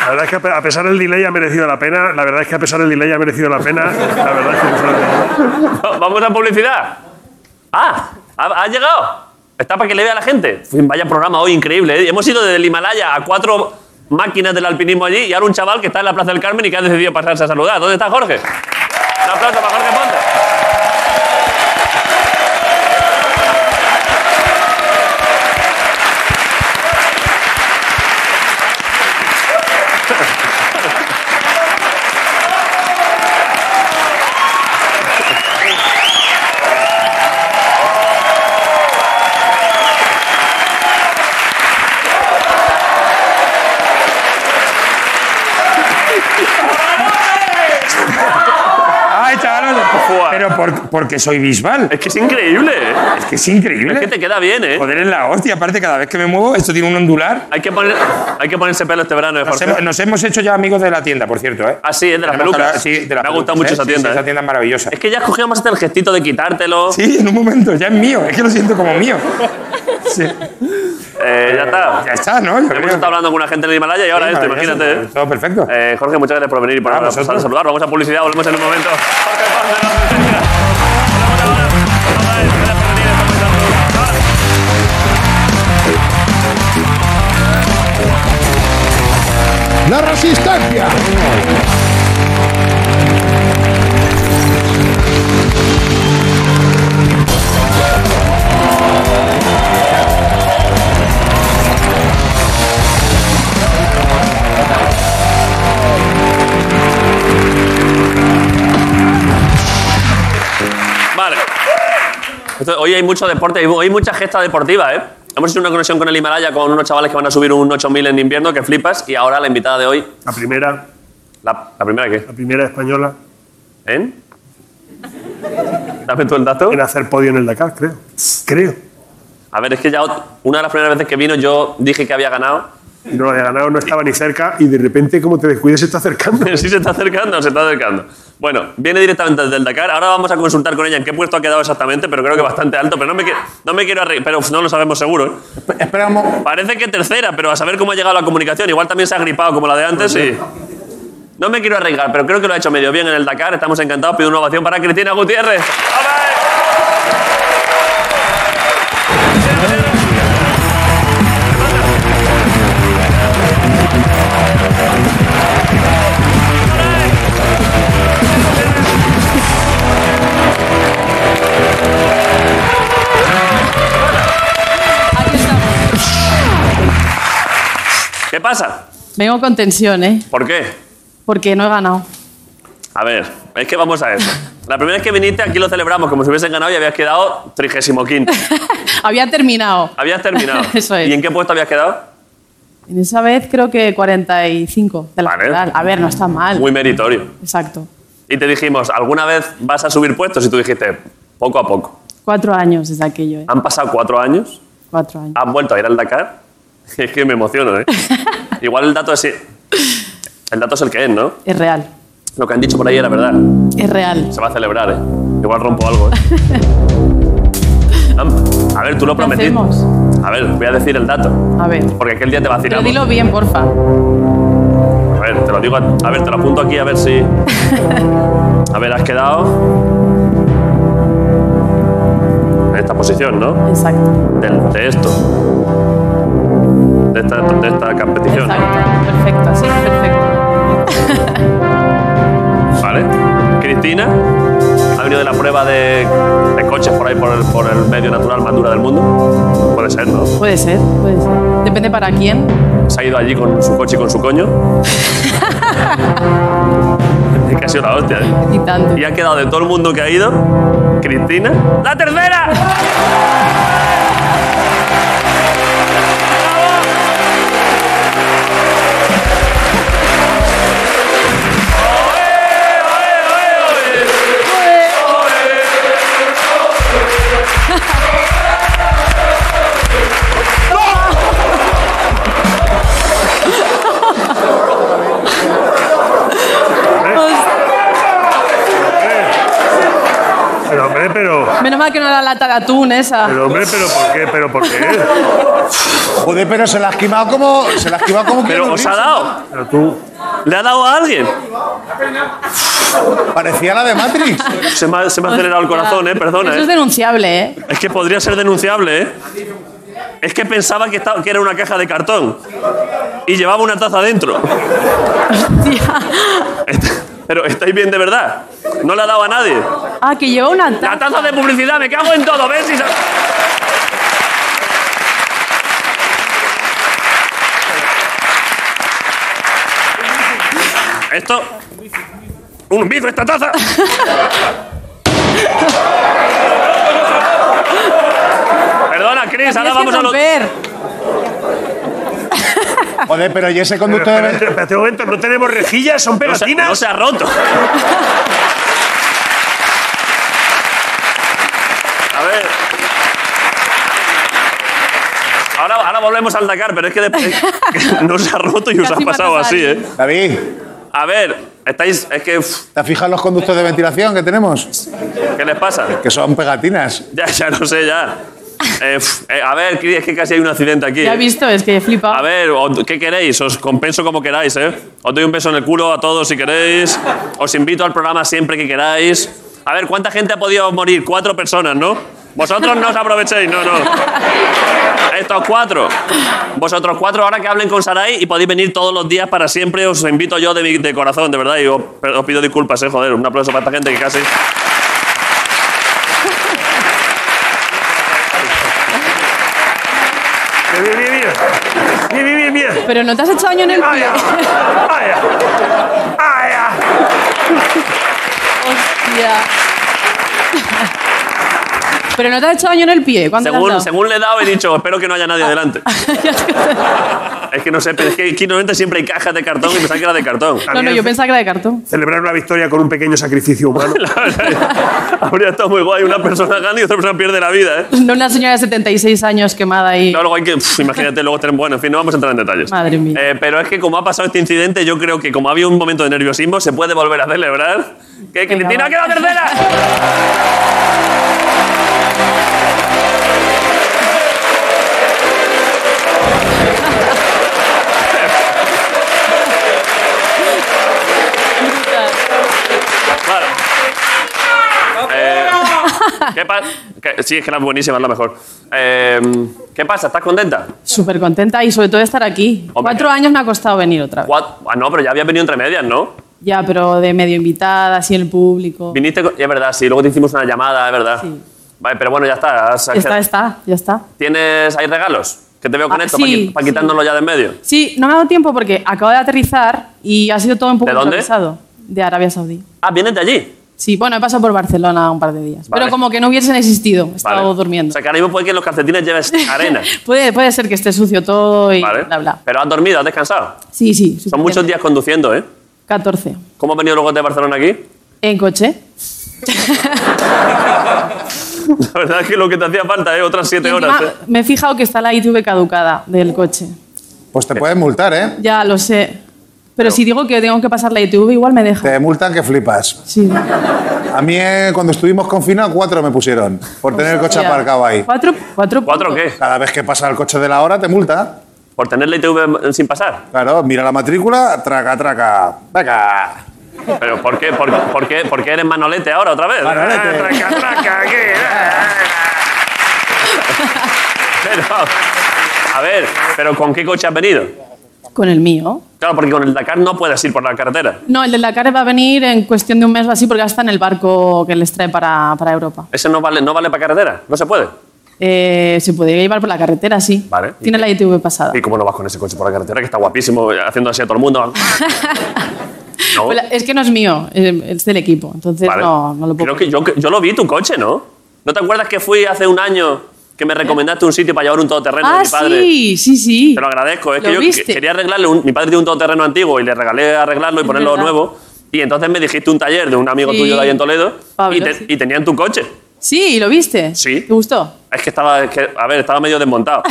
Speaker 2: La verdad es que a pe- a pesar del delay ha merecido la pena. La verdad es que a pesar del delay ha merecido la pena. La verdad es que ha merecido la pena.
Speaker 1: Vamos a publicidad. Ah, ¿ha, ha llegado? Está para que le vea a la gente. Fin, Vaya programa hoy, increíble. ¿eh? Hemos ido desde el Himalaya a cuatro máquinas del alpinismo allí y ahora un chaval que está en la Plaza del Carmen y que ha decidido pasarse a saludar. ¿Dónde está Jorge? Un aplauso para Jorge Ponte.
Speaker 9: ¡Ay, chavales! Pero por- porque soy Bisbal.
Speaker 1: Es que es increíble. ¿eh?
Speaker 9: Es que es increíble.
Speaker 1: Es que te queda bien, ¿eh?
Speaker 9: Joder, en la hostia. Aparte, cada vez que me muevo, esto tiene un ondular.
Speaker 1: Hay que, poner, hay que ponerse pelo este verano, ¿eh,
Speaker 9: Nos
Speaker 1: Jorge?
Speaker 9: hemos, nos hemos hecho ya amigos de la tienda, por cierto, ¿eh?
Speaker 1: Ah, sí, es de las
Speaker 9: Tenemos que hablar-
Speaker 1: pelucas.
Speaker 9: sí, de las
Speaker 1: Me ha gustado
Speaker 9: pelucas,
Speaker 1: mucho
Speaker 9: ¿eh?
Speaker 1: esa
Speaker 9: Sí,
Speaker 1: tienda.
Speaker 9: sí,
Speaker 1: ¿eh?
Speaker 9: esa tienda es maravillosa.
Speaker 1: Es que ya cogíamos hasta el gestito de quitártelo.
Speaker 9: Sí, en un momento, ya es mío. Es que lo siento como mío. Sí.
Speaker 1: Eh, ya está.
Speaker 9: Ya está, ¿no? Yo creo
Speaker 1: Hemos estado hablando con una gente en el Himalaya y ahora
Speaker 9: Sí,
Speaker 1: esto,
Speaker 9: maravilloso.
Speaker 1: imagínate. ¿eh?
Speaker 9: Todo perfecto.
Speaker 1: Eh, Jorge, muchas gracias por venir y por
Speaker 9: Ah,
Speaker 1: pasar
Speaker 9: vosotros.
Speaker 1: a saludar. Vamos a publicidad, volvemos en un momento.
Speaker 13: La resistencia.
Speaker 1: Vale. Esto- hoy hay mucho deporte, hay- hoy hay mucha gesta deportiva, ¿eh? Hemos hecho una conexión con el Himalaya con unos chavales que van a subir un 8000 en invierno, que flipas. Y ahora la invitada de hoy,
Speaker 2: La primera,
Speaker 1: ¿la, la primera qué?
Speaker 2: la primera española
Speaker 1: ¿En? Dame tú el dato.
Speaker 2: en hacer podio en el Dakar, creo. Creo.
Speaker 1: A ver, es que ya ot- una de las primeras veces que vino yo dije que había ganado.
Speaker 2: Y No lo había ganado, no estaba ni cerca y de repente, como te descuides, se está acercando.
Speaker 1: Sí, se está acercando, se está acercando. Bueno, viene directamente desde el Dakar. Ahora vamos a consultar con ella en qué puesto ha quedado exactamente, pero creo que bastante alto. Pero no me, qui- no me quiero arreglar, pero no lo sabemos seguro. ¿eh?
Speaker 3: Esperamos.
Speaker 1: Parece que tercera, pero a saber cómo ha llegado la comunicación. Igual también se ha gripado como la de antes
Speaker 14: Pues
Speaker 1: y... No me quiero arriesgar, pero creo que lo ha hecho medio bien en el Dakar. Estamos encantados. Pido una ovación para Cristina Gutiérrez. ¿Qué pasa?
Speaker 14: Vengo con tensión, ¿eh?
Speaker 1: ¿Por qué?
Speaker 14: Porque no he ganado.
Speaker 1: A ver, es que vamos a eso. La primera vez que viniste aquí lo celebramos como si hubiesen ganado y habías quedado 35.
Speaker 14: Había terminado.
Speaker 1: Habías terminado.
Speaker 14: Eso es.
Speaker 1: ¿Y en qué puesto habías quedado?
Speaker 14: En esa vez creo que 45 de la
Speaker 1: Vale.
Speaker 14: general. A ver, no está mal.
Speaker 1: Muy meritorio.
Speaker 14: Exacto.
Speaker 1: Y te dijimos, ¿alguna vez vas a subir puestos? Y tú dijiste, poco a poco.
Speaker 14: Cuatro años desde aquello, ¿eh?
Speaker 1: Han pasado cuatro años,
Speaker 14: Cuatro años.
Speaker 1: has vuelto a ir al Dakar. Es que me emociono, ¿eh? Igual el dato es... El dato es el que es, ¿no?
Speaker 14: Es real.
Speaker 1: Lo que han dicho por ahí era verdad.
Speaker 14: Es real.
Speaker 1: Se va a celebrar, ¿eh? Igual rompo algo, ¿eh? Am- A ver, tú lo prometiste. A ver, voy a decir el dato.
Speaker 14: A ver.
Speaker 1: Porque aquel día te
Speaker 14: Pero
Speaker 1: vacilamos.
Speaker 14: dilo bien, porfa.
Speaker 1: A ver, te lo digo. A, a ver, te lo apunto aquí a ver si. A ver, has quedado. En esta posición, ¿no?
Speaker 14: Exacto.
Speaker 1: Del- de esto. De esta, de esta competición.
Speaker 14: Exacto. Perfecto, así es perfecto.
Speaker 1: Vale. Cristina ha venido de la prueba de, de coches por ahí, por el, por el medio natural más dura del mundo. Puede ser, ¿no?
Speaker 14: puede ser, puede ser. Depende para quién.
Speaker 1: Se ha ido allí con su coche y con su coño. es que ha sido la hostia, ¿eh?
Speaker 14: Y tanto.
Speaker 1: Y ha quedado de todo el mundo que ha ido, Cristina. ¡La tercera!
Speaker 2: Pero hombre, pero...
Speaker 14: Menos mal que no era la lata de atún esa.
Speaker 2: Pero hombre, pero ¿por qué? ¿Pero por qué?
Speaker 3: Joder, pero se la has quemado como. Se la has quemado como
Speaker 1: Pero
Speaker 3: Keanu
Speaker 1: os ha
Speaker 3: Reeves,
Speaker 1: dado.
Speaker 2: Pero tú.
Speaker 1: ¿Le ha dado a alguien?
Speaker 3: Parecía la de Matrix.
Speaker 1: Se me ha, se me ha acelerado el corazón, eh, perdona.
Speaker 14: Eso es
Speaker 1: eh.
Speaker 14: denunciable, ¿eh?
Speaker 1: Es que podría ser denunciable, ¿eh? Es que pensaba que, estaba, que era una caja de cartón y llevaba una taza dentro. Est- Pero estáis bien de verdad. No le ha dado a nadie.
Speaker 14: Ah, que lleva una
Speaker 1: La
Speaker 14: taza.
Speaker 1: taza de publicidad, me cago en todo, ¿ves? Y sa- Esto. Un bife esta taza. Perdona, Chris,
Speaker 14: Tienes que
Speaker 1: ahora vamos a lo.
Speaker 14: romper.
Speaker 3: Joder, pero ¿y ese conductor de.
Speaker 2: Espérate un momento, no tenemos rejillas, son
Speaker 1: No se,
Speaker 2: pegatinas.
Speaker 1: no se ha roto. A ver. Ahora, ahora volvemos al Dakar, pero es que de- no se ha roto y os ha
Speaker 14: Casi
Speaker 1: pasado
Speaker 14: matas a
Speaker 1: así, ¿eh?
Speaker 14: alguien.
Speaker 3: David,
Speaker 1: A ver, estáis. Es que. uf,
Speaker 3: ¿te has fijado en los conductos de ventilación que tenemos?
Speaker 1: ¿Qué les pasa?
Speaker 3: Que son pegatinas.
Speaker 1: Ya, ya lo sé, ya. Eh, uf, eh, a ver, Cris, es que casi hay un accidente aquí.
Speaker 14: Ya he
Speaker 1: eh.
Speaker 14: visto, es que he flipado.
Speaker 1: A ver, o- ¿qué queréis? Os compenso como queráis, ¿eh? Os doy un beso en el culo a todos si queréis. Os invito al programa siempre que queráis. A ver, ¿cuánta gente ha podido morir? Cuatro personas, ¿no? Vosotros no os aprovechéis, no, no. Estos cuatro. Vosotros cuatro, ahora que hablen con Sarai y podéis venir todos los días para siempre, os invito yo de, mi- de corazón, de verdad. Y os, pero os pido disculpas, ¿eh? Joder, un aplauso para esta gente que casi.
Speaker 2: Bien, bien, bien. Bien, bien, bien, bien.
Speaker 14: Pero no te has hecho daño en el pie.
Speaker 2: ¡Ay, ah! ¡Ay, ah!
Speaker 14: Hostia. Pero no te has hecho daño en el pie. ¿Cuánto te has
Speaker 1: Según,
Speaker 14: dado?
Speaker 1: según le he dado, he dicho, espero que no haya nadie delante.
Speaker 14: Ya es que-
Speaker 1: Es que no sé, pero es que aquí normalmente siempre hay cajas de cartón y me que era de cartón.
Speaker 14: no, no, yo pensaba que era de cartón.
Speaker 2: Celebrar una victoria con un pequeño sacrificio humano.
Speaker 1: Habría estado muy guay. Una persona gana y otra persona pierde la vida, ¿eh?
Speaker 14: No una señora de 76 años quemada ahí.
Speaker 1: No, luego hay que. pf, imagínate, luego tenemos. Bueno, en fin, no vamos a entrar en detalles.
Speaker 14: Madre mía.
Speaker 1: Eh, pero es que como ha pasado este incidente, yo creo que como había un momento de nerviosismo, se puede volver a celebrar. ¡Que Cristina
Speaker 14: va.
Speaker 1: queda tercera! Vale. Eh, ¿qué pa- qué- sí, es que era buenísima, es la mejor. Eh, ¿Qué pasa? ¿Estás contenta?
Speaker 14: Súper contenta y sobre todo de estar aquí.
Speaker 1: Hombre.
Speaker 14: Cuatro años me ha costado venir otra vez.
Speaker 1: Cuat- Ah, no, pero ya había venido entre medias, ¿no?
Speaker 14: Ya, pero de medio invitada, así en el público.
Speaker 1: Viniste, con- es verdad, sí, luego te hicimos una llamada, es verdad.
Speaker 14: Sí.
Speaker 1: Vale, pero bueno, ya está. has- has-
Speaker 14: Ya está, está, ya está.
Speaker 1: ¿Tienes ahí regalos? Que te veo con
Speaker 14: Ah,
Speaker 1: esto,
Speaker 14: sí,
Speaker 1: para, qui- para
Speaker 14: sí.
Speaker 1: quitándolo ya de en medio.
Speaker 14: Sí, no me ha dado tiempo porque acabo de aterrizar y ha sido todo un poco
Speaker 1: ¿De dónde?
Speaker 14: improvisado. De Arabia Saudí.
Speaker 1: Ah, vienes de allí.
Speaker 14: Sí, bueno, he pasado por Barcelona un par de días.
Speaker 1: Vale.
Speaker 14: Pero como que no hubiesen existido. He
Speaker 1: Vale.
Speaker 14: estado durmiendo.
Speaker 1: O sea, que ahora mismo puede que en los calcetines lleves arena.
Speaker 14: Puede, puede ser que esté sucio todo y
Speaker 1: ¿Vale?
Speaker 14: bla, bla.
Speaker 1: Pero has dormido, has descansado.
Speaker 14: Sí, sí.
Speaker 1: Son muchos días conduciendo, ¿eh?
Speaker 14: 14.
Speaker 1: ¿Cómo has venido luego de Barcelona aquí?
Speaker 14: ¿En coche?
Speaker 1: La verdad es que lo que te hacía falta, ¿eh? Otras
Speaker 14: Y
Speaker 1: siete
Speaker 14: encima
Speaker 1: horas. ¿eh?
Speaker 14: Me he fijado que está la ITV caducada del coche.
Speaker 3: Pues te pueden multar, ¿eh?
Speaker 14: Ya lo sé. Pero, si digo que tengo que pasar la ITV, igual me deja.
Speaker 3: Te multan que flipas.
Speaker 14: Sí.
Speaker 3: A mí, eh, cuando estuvimos confinados, cuatro me pusieron por tener el coche
Speaker 14: Hostia.
Speaker 3: aparcado ahí.
Speaker 14: ¿Cuatro? ¿Cuatro?
Speaker 1: ¿Cuatro
Speaker 14: puntos.
Speaker 1: qué?
Speaker 3: Cada vez que pasa el coche de la hora, te multa.
Speaker 1: ¿Por tener la ITV sin pasar?
Speaker 3: Claro, mira la matrícula, traca, traca. Venga.
Speaker 1: ¿Pero por qué? ¿Por, por qué, por qué eres manolete ahora otra vez?
Speaker 3: Manolete.
Speaker 1: Ah, traca, traca, aquí. Ah. Pero, a ver, ¿pero con qué coche has venido?
Speaker 14: Con el mío.
Speaker 1: Claro, porque con el Dakar no puedes ir por la carretera.
Speaker 14: No, el de la CARE va a venir en cuestión de un mes o así porque ya está en el barco que les trae para, para Europa.
Speaker 1: Ese no vale, no vale para carretera, no se puede.
Speaker 14: Eh, se podría llevar por la carretera, sí.
Speaker 1: Vale.
Speaker 14: Tiene la ITV pasada.
Speaker 1: ¿Y cómo no vas con ese coche por la carretera? Que está guapísimo, haciendo así a todo el mundo. No,
Speaker 14: Pues la- Es que no es mío, eh, es del equipo. Entonces
Speaker 1: vale.
Speaker 14: no, no lo puedo.
Speaker 1: Creo que yo, yo lo vi, tu coche, ¿no? ¿No te acuerdas que fui hace un año que me recomendaste un sitio para llevar un todoterreno de
Speaker 14: ah,
Speaker 1: mi padre?
Speaker 14: sí, sí, sí.
Speaker 1: Te lo agradezco. Es
Speaker 14: ¿Lo
Speaker 1: que yo
Speaker 14: viste?
Speaker 1: que- quería arreglarle. un- mi padre tiene un todoterreno antiguo y le regalé arreglarlo y
Speaker 14: Es
Speaker 1: ponerlo
Speaker 14: verdad.
Speaker 1: nuevo. Y entonces me dijiste un taller de un amigo
Speaker 14: Sí.
Speaker 1: tuyo de ahí en Toledo
Speaker 14: Pablo,
Speaker 1: y, te-
Speaker 14: sí.
Speaker 1: y tenían tu coche.
Speaker 14: Sí, ¿lo viste?
Speaker 1: Sí.
Speaker 14: ¿Te gustó?
Speaker 1: Es que estaba, es que, a ver, estaba medio desmontado.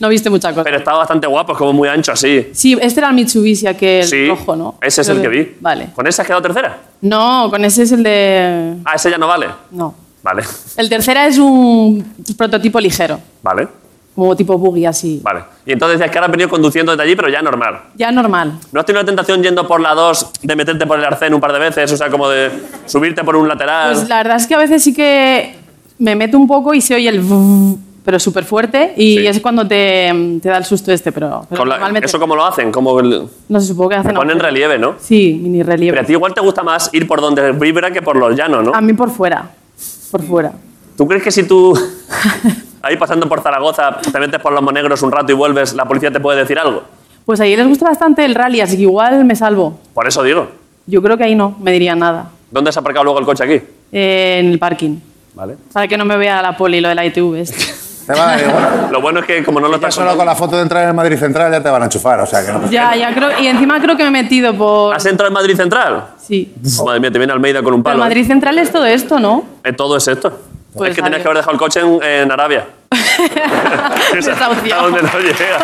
Speaker 14: No viste mucha cosa.
Speaker 1: Pero estaba bastante guapo, es como muy ancho así.
Speaker 14: Sí, este era el Mitsubishi, aquel
Speaker 1: Sí,
Speaker 14: rojo, ¿no?
Speaker 1: ese es el
Speaker 14: Creo
Speaker 1: que vi.
Speaker 14: Vale.
Speaker 1: ¿Con ese has quedado tercera?
Speaker 14: No, con ese es el de...
Speaker 1: Ah, ese ya no vale.
Speaker 14: No.
Speaker 1: Vale,
Speaker 14: El tercera es un prototipo ligero,
Speaker 1: vale,
Speaker 14: como tipo buggy así.
Speaker 1: vale. Y entonces decías que ahora has venido conduciendo desde allí, pero ya normal.
Speaker 14: Ya normal.
Speaker 1: ¿No has tenido la tentación yendo por la 2 de meterte por el arcén un par de veces? O sea, como de subirte por un lateral.
Speaker 14: Pues la verdad es que a veces sí que me meto un poco y se oye el... vuv, Pero súper fuerte y es cuando te, te da el susto este, pero, pero
Speaker 1: Con la-
Speaker 14: normalmente
Speaker 1: ¿Eso cómo lo hacen? Como el-
Speaker 14: no se supongo que hacen...
Speaker 1: ponen relieve, ¿no?
Speaker 14: Sí, mini relieve.
Speaker 1: Pero a ti igual te gusta más ir por donde vibra que por los llanos, ¿no?
Speaker 14: A mí por fuera, por fuera.
Speaker 1: ¿Tú crees que si tú ahí pasando por Zaragoza te metes por los monegros un rato y vuelves, la policía te puede decir algo?
Speaker 14: Pues ahí les gusta bastante el rally, así que igual me salvo.
Speaker 1: Por eso digo.
Speaker 14: Yo creo que ahí no me dirían nada.
Speaker 1: ¿Dónde has aparcado luego el coche aquí?
Speaker 14: Eh, en el parking.
Speaker 1: Vale.
Speaker 14: Para que no me vea la poli lo de la ITV. este.
Speaker 1: Lo bueno es que como no lo
Speaker 3: Ya
Speaker 1: estás
Speaker 3: solo con la foto de entrar en el Madrid Central ya te van a enchufar, o sea que no.
Speaker 14: ya, ya creo. Y encima creo que me he metido por.
Speaker 1: ¿Has entrado en Madrid Central?
Speaker 14: Sí.
Speaker 1: Madre mía, te viene Almeida con un
Speaker 14: Pero
Speaker 1: palo. ¿eh?
Speaker 14: Madrid Central es todo esto, ¿no?
Speaker 1: Eh, Todo es esto.
Speaker 14: Pues
Speaker 1: es que
Speaker 14: adiós.
Speaker 1: tenías que haber dejado el coche en, en Arabia. Es a- a donde no llega.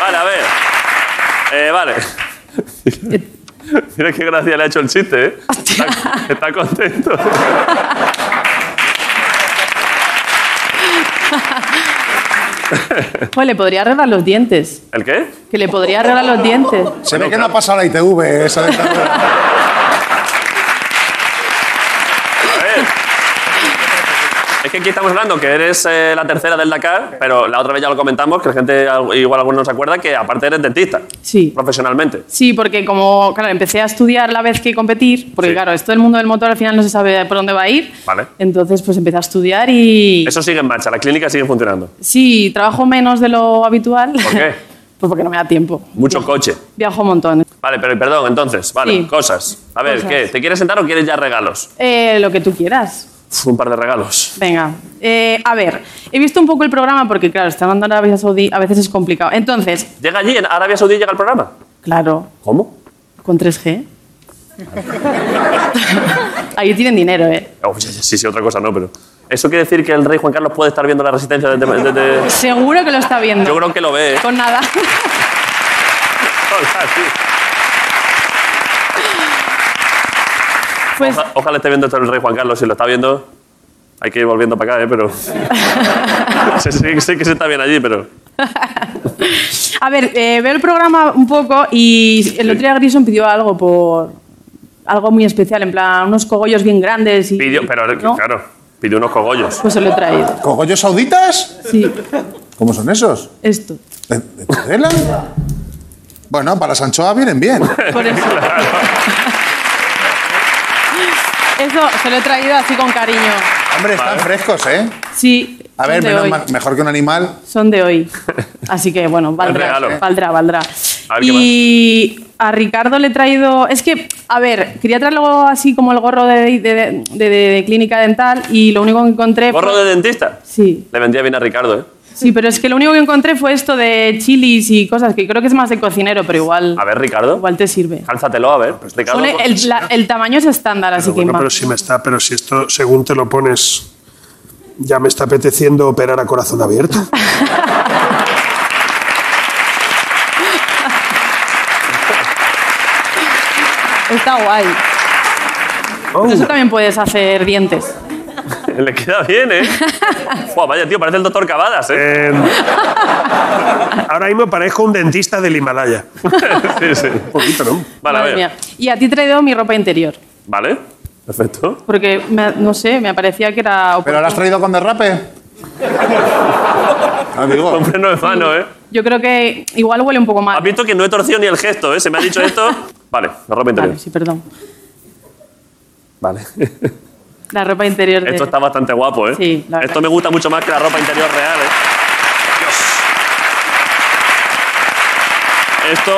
Speaker 1: vale, a ver. Eh, vale. Mira qué gracia le ha hecho el chiste, ¿eh? Está, está contento.
Speaker 14: Pues le podría arreglar los dientes.
Speaker 1: ¿El qué?
Speaker 14: Que le podría arreglar los dientes.
Speaker 3: Se ve que no ha pasado la ITV esa de
Speaker 1: Es que aquí estamos hablando que eres eh, la tercera del Dakar, pero la otra vez ya lo comentamos, que la gente, al- igual algunos no se acuerda, que aparte eres dentista.
Speaker 14: Sí.
Speaker 1: Profesionalmente.
Speaker 14: Sí, porque como, claro, empecé a estudiar la vez que competir, porque claro, esto del mundo del motor al final no se sabe por dónde va a ir.
Speaker 1: Vale.
Speaker 14: Entonces, pues empecé a estudiar y.
Speaker 1: Eso sigue en marcha, la clínica sigue funcionando.
Speaker 14: Sí, trabajo menos de lo habitual.
Speaker 1: ¿Por qué?
Speaker 14: pues porque no me da tiempo.
Speaker 1: Mucho coche.
Speaker 14: Viajo un montón.
Speaker 1: Vale, pero perdón, entonces, vale,
Speaker 14: Sí.
Speaker 1: cosas. A ver,
Speaker 14: Cosas.
Speaker 1: ¿qué? ¿Te quieres sentar o quieres ya regalos?
Speaker 14: Eh, lo que tú quieras.
Speaker 1: Uf, un par de regalos.
Speaker 14: Venga, eh, a ver, he visto un poco el programa porque, claro, estar andando en Arabia Saudí a veces es complicado. Entonces,
Speaker 1: ¿Llega allí? ¿En Arabia Saudí llega el programa?
Speaker 14: claro,
Speaker 1: ¿Cómo?
Speaker 14: con 3G. Ahí tienen dinero, ¿eh?
Speaker 1: Oh, ya, ya, sí, sí, otra cosa no, pero... ¿Eso quiere decir que el rey Juan Carlos puede estar viendo la resistencia desde... desde-
Speaker 14: Seguro que lo está viendo.
Speaker 1: Yo creo que lo ve, ¿eh?
Speaker 14: Con nada.
Speaker 1: Hola, sí.
Speaker 14: Pues-
Speaker 1: Oja- ojalá esté viendo esto el rey Juan Carlos. Si lo está viendo, hay que ir volviendo para acá, ¿eh? Pero... sé, sé- sé que se está bien allí, pero...
Speaker 14: A ver, eh, veo el programa un poco y el otro día Grison pidió algo por. algo muy especial, en plan, unos cogollos bien grandes y.
Speaker 1: Pidió, pero claro, pidió unos cogollos.
Speaker 14: Pues se lo he traído.
Speaker 3: ¿Cogollos sauditas?
Speaker 14: Sí,
Speaker 3: ¿Cómo son esos?
Speaker 14: esto.
Speaker 3: ¿De, de Tudela? Bueno, para Sanchoa vienen bien.
Speaker 14: Por eso. Eso se lo he traído así con cariño.
Speaker 3: Hombre, están frescos, ¿eh?
Speaker 14: Sí.
Speaker 3: A
Speaker 14: son
Speaker 3: ver,
Speaker 14: de
Speaker 3: menos
Speaker 14: hoy.
Speaker 3: mal- mejor que un animal.
Speaker 14: Son de hoy. Así que bueno, valdrá.
Speaker 3: regalo.
Speaker 14: Valdrá, valdrá.
Speaker 3: A ver, ¿qué
Speaker 14: Y a Ricardo le he traído. Es que, a ver, quería traer algo así como el gorro de, de- de- de- de clínica dental y lo único que encontré. fue-
Speaker 1: ¿Gorro de dentista?
Speaker 14: Sí.
Speaker 1: Le vendría bien a Ricardo, ¿eh?
Speaker 14: Sí, pero es que lo único que encontré fue esto de chilis y cosas que creo que es más de cocinero, pero igual.
Speaker 1: A ver, Ricardo.
Speaker 14: Igual te sirve.
Speaker 1: Cálzatelo, a ver. Ricardo.
Speaker 14: Pone el, la- el tamaño es estándar, así
Speaker 2: Pero
Speaker 14: que.
Speaker 2: bueno,
Speaker 14: ima-
Speaker 2: pero si me está, pero si esto, según te lo pones, ya me está apeteciendo operar a corazón abierto.
Speaker 14: Está guay.
Speaker 1: Oh.
Speaker 14: Eso también puedes hacer dientes.
Speaker 1: Le queda bien, ¿eh? Buah, vaya, tío, parece el doctor Cavadas, ¿eh?
Speaker 2: Em, Ahora mismo parezco un dentista del Himalaya.
Speaker 1: sí, sí.
Speaker 2: Un poquito, ¿no?
Speaker 1: Vale, a
Speaker 14: Madre
Speaker 1: ver.
Speaker 14: mía. Y a ti he traído mi ropa interior.
Speaker 1: Vale, perfecto.
Speaker 14: Porque, me- no sé, me parecía que era...
Speaker 3: ¿Pero la has traído con derrape? Ah, Amigo.
Speaker 1: Con freno de mano, ¿eh?
Speaker 14: Yo creo que igual huele un poco mal.
Speaker 1: Has visto que no he torcido ni el gesto, ¿eh? Se me ha dicho esto. Vale, la ropa interior.
Speaker 14: Vale, sí, perdón.
Speaker 1: Vale.
Speaker 14: La ropa interior de...
Speaker 1: Esto está bastante guapo, ¿eh?
Speaker 14: Sí, la verdad.
Speaker 1: Esto me gusta mucho más que la ropa interior real, ¿eh? Dios. Esto.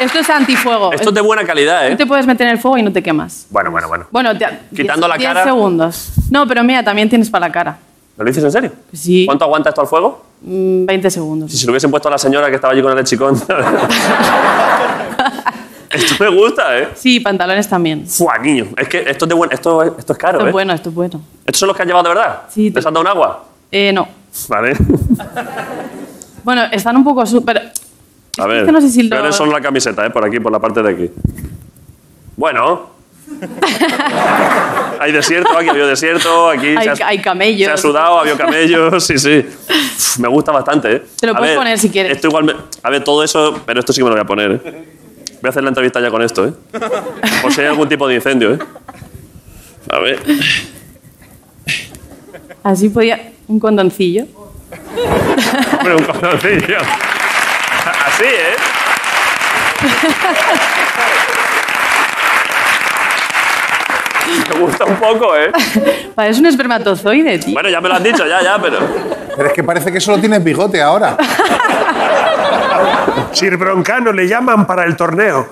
Speaker 14: Esto es antifuego.
Speaker 1: Esto es de buena calidad,
Speaker 14: Tú
Speaker 1: ¿eh?
Speaker 14: te puedes meter en el fuego y no te quemas.
Speaker 1: Bueno, bueno, bueno.
Speaker 14: Bueno, te,
Speaker 1: Quitando la
Speaker 14: 10
Speaker 1: cara.
Speaker 14: segundos. No, pero mira, también tienes para la cara.
Speaker 1: ¿Lo dices en serio?
Speaker 14: Sí.
Speaker 1: ¿Cuánto aguanta esto al fuego?
Speaker 14: Mm, 20 segundos.
Speaker 1: Si se lo hubiesen puesto a la señora que estaba allí con el lechicón. esto me gusta, ¿eh?
Speaker 14: Sí, pantalones también.
Speaker 1: Fua, niño. Es que esto es, de buen- esto, es- esto es caro,
Speaker 14: Esto
Speaker 1: ¿eh?
Speaker 14: es bueno, esto es bueno.
Speaker 1: ¿Estos son los que han llevado de verdad?
Speaker 14: Sí.
Speaker 1: ¿Les han dado un agua?
Speaker 14: Eh, no.
Speaker 1: Vale.
Speaker 14: Bueno, están un poco... su- pero-
Speaker 1: A ver.
Speaker 14: que no sé si lo-
Speaker 1: Peores son la camiseta, ¿eh? Por aquí, por la parte de aquí. Bueno. hay desierto, aquí había desierto, aquí
Speaker 14: hay,
Speaker 1: se, ha,
Speaker 14: hay camellos.
Speaker 1: se ha sudado, había camellos, sí, sí. Uf, me gusta bastante, ¿eh?
Speaker 14: Te lo
Speaker 1: A
Speaker 14: puedes
Speaker 1: ver,
Speaker 14: poner si quieres.
Speaker 1: Esto igual me- A ver, todo eso, pero esto sí que me lo voy a poner, ¿eh? Voy a hacer la entrevista ya con esto, ¿eh? Por si hay algún tipo de incendio, ¿eh? A ver.
Speaker 14: Así podía... Un condoncillo.
Speaker 1: Hombre, un condoncillo. Así, ¿eh? Me gusta un poco, ¿eh?
Speaker 14: Parece un espermatozoide, tío.
Speaker 1: Bueno, ya me lo has dicho, ya, ya, pero.
Speaker 3: Pero es que parece que solo tienes bigote ahora.
Speaker 2: Sir Broncano le llaman para el torneo.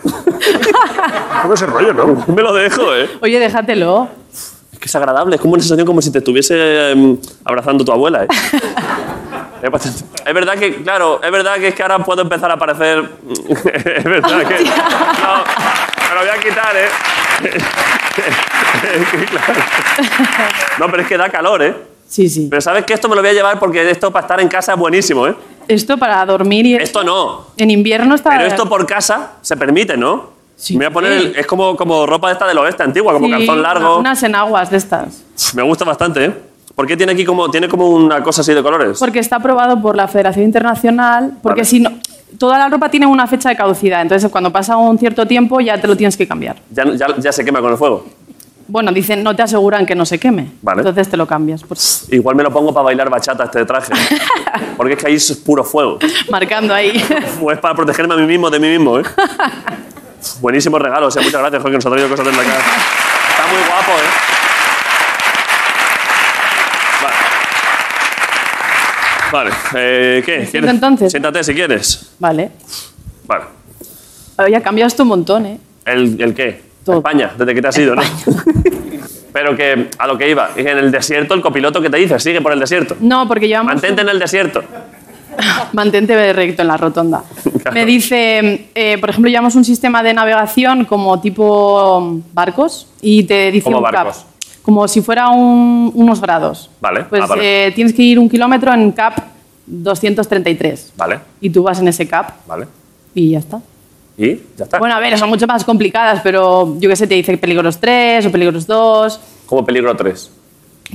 Speaker 2: ¿Cómo ese rollo, no?
Speaker 1: Me lo dejo, ¿eh?
Speaker 14: Oye, déjatelo.
Speaker 1: Es que es agradable, es como una sensación como si te estuviese em, abrazando tu abuela, ¿eh? Es bastante- Es verdad que, claro, es verdad que es que ahora puedo empezar a aparecer. Es verdad que. No, me lo voy a quitar, ¿eh? Es que, claro. No, pero es que da calor, ¿eh?
Speaker 14: Sí, sí.
Speaker 1: Pero sabes que esto me lo voy a llevar porque esto para estar en casa es buenísimo, ¿eh?
Speaker 14: Esto para dormir y...
Speaker 1: Esto no.
Speaker 14: En invierno está...
Speaker 1: Pero esto por casa se permite, ¿no? Me voy a poner. el- es como, como ropa de esta del oeste antigua, como
Speaker 14: Sí,
Speaker 1: calzón largo.
Speaker 14: Unas enaguas de estas.
Speaker 1: Me gusta bastante, ¿eh? Porque tiene aquí como. Tiene como una cosa así de colores.
Speaker 14: Porque está aprobado por la Federación Internacional, porque
Speaker 1: Vale.
Speaker 14: si no, toda la ropa tiene una fecha de caducidad, entonces cuando pasa un cierto tiempo ya te lo tienes que cambiar.
Speaker 1: Ya, ya, ya se quema con el fuego.
Speaker 14: Bueno, dicen, no te aseguran que no se queme,
Speaker 1: Vale.
Speaker 14: entonces te lo cambias, pues, por-
Speaker 1: Igual me lo pongo para bailar bachata este traje. ¿eh? Porque es que ahí es puro fuego.
Speaker 14: marcando ahí.
Speaker 1: O es para protegerme a mí mismo de mí mismo, ¿eh? Buenísimo regalo, o sea, muchas gracias, Jorge, que nos ha traído cosas de la cara. Está muy guapo, ¿eh? Vale. Vale, eh, ¿qué? ¿Quieres-
Speaker 14: entonces?
Speaker 1: Siéntate si quieres.
Speaker 14: vale.
Speaker 1: Vale.
Speaker 14: Oye, ha cambiado esto un montón, ¿eh?
Speaker 1: ¿El, el qué? España, desde que te has ido, ¿no? Pero que a lo que iba, en el desierto, el copiloto que te dice, sigue por el desierto.
Speaker 14: No, porque llevamos...
Speaker 1: Mantente en el desierto.
Speaker 14: Mantente recto en la rotonda. Me dice, eh, por ejemplo, llevamos un sistema de navegación como tipo barcos y te dice
Speaker 1: Como
Speaker 14: un cap,
Speaker 1: barcos.
Speaker 14: como si fuera un- unos grados.
Speaker 1: Vale,
Speaker 14: Pues
Speaker 1: ah, vale.
Speaker 14: eh, tienes que ir un kilómetro en CAP 233.
Speaker 1: Vale,
Speaker 14: Y tú vas en ese CAP
Speaker 1: vale.
Speaker 14: y ya está.
Speaker 1: ¿Y? ¿Ya está?
Speaker 14: Bueno, a ver, son mucho más complicadas, pero yo qué sé, te dice peligros 3 o peligros 2.
Speaker 1: Como peligro 3.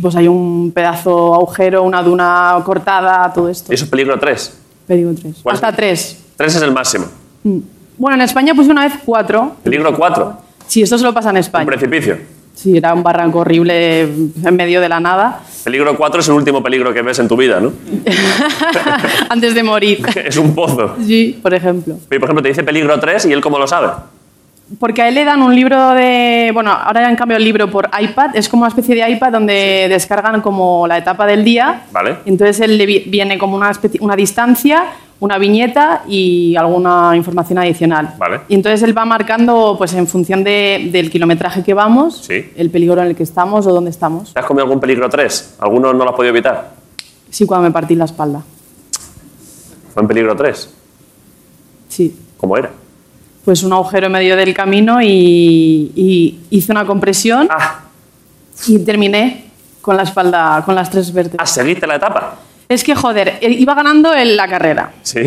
Speaker 14: Pues hay un pedazo agujero, una duna cortada, todo esto.
Speaker 1: Eso es peligro 3.
Speaker 14: Peligro 3. Hasta 3.
Speaker 1: 3 es el máximo.
Speaker 14: Bueno, en España puse una vez 4.
Speaker 1: Peligro 4.
Speaker 14: Sí, esto se lo pasa en España.
Speaker 1: Un precipicio.
Speaker 14: Sí, era un barranco horrible en medio de la nada,
Speaker 1: Peligro 4 es el último peligro que ves en tu vida, ¿no?
Speaker 14: antes de morir.
Speaker 1: es un pozo.
Speaker 14: Sí, por ejemplo.
Speaker 1: Y, por ejemplo, te dice peligro 3 y él cómo lo sabe.
Speaker 14: Porque a él le dan un libro de... Bueno, ahora ya han cambiado el libro por iPad. Es como una especie de iPad donde descargan como la etapa del día.
Speaker 1: ¿Vale?
Speaker 14: Entonces él le vi- viene como una, especie- una distancia, una viñeta y alguna información adicional.
Speaker 1: Vale.
Speaker 14: Y entonces él va marcando pues en función de- del kilometraje que vamos,
Speaker 1: Sí.
Speaker 14: el peligro en el que estamos o dónde estamos.
Speaker 1: ¿Te has comido algún peligro 3? Algunos no lo has podido evitar.
Speaker 14: Sí, cuando me partí la espalda.
Speaker 1: Fue en peligro 3.
Speaker 14: Sí.
Speaker 1: ¿Cómo era?
Speaker 14: pues un agujero en medio del camino y, y hice una compresión
Speaker 1: Ah,
Speaker 14: y terminé con la espalda, con las tres vértebras.
Speaker 1: ah, ¿Seguiste la etapa?
Speaker 14: Es que, joder, eh, iba ganando en la carrera
Speaker 1: Sí.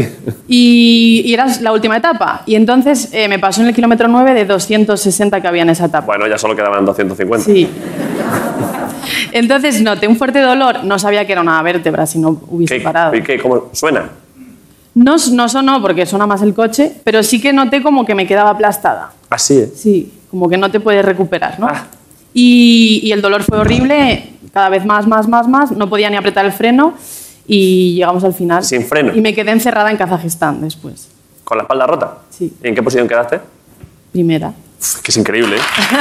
Speaker 14: y, y era la última etapa. Y entonces eh, me pasó en el kilómetro 9 de 260 que había en esa etapa.
Speaker 1: Bueno, ya solo quedaban 250.
Speaker 14: Sí. Entonces noté un fuerte dolor. No sabía que era una vértebra, si no hubiese
Speaker 1: ¿Qué,
Speaker 14: parado.
Speaker 1: ¿Y qué? ¿Cómo suena?
Speaker 14: No, no sonó porque suena más el coche, pero sí que noté como que me quedaba aplastada.
Speaker 1: Así, ¿eh?
Speaker 14: Sí, como que no te puedes recuperar, ¿no?
Speaker 1: Ah.
Speaker 14: Y, y el dolor fue horrible, cada vez más, más, más, más. No podía ni apretar el freno y llegamos al final.
Speaker 1: Sin freno.
Speaker 14: Y me quedé encerrada en Kazajistán después,
Speaker 1: ¿Con la espalda rota?
Speaker 14: Sí.
Speaker 1: ¿Y en qué posición quedaste?
Speaker 14: primera.
Speaker 1: Uf, es que es increíble, ¿eh? es que...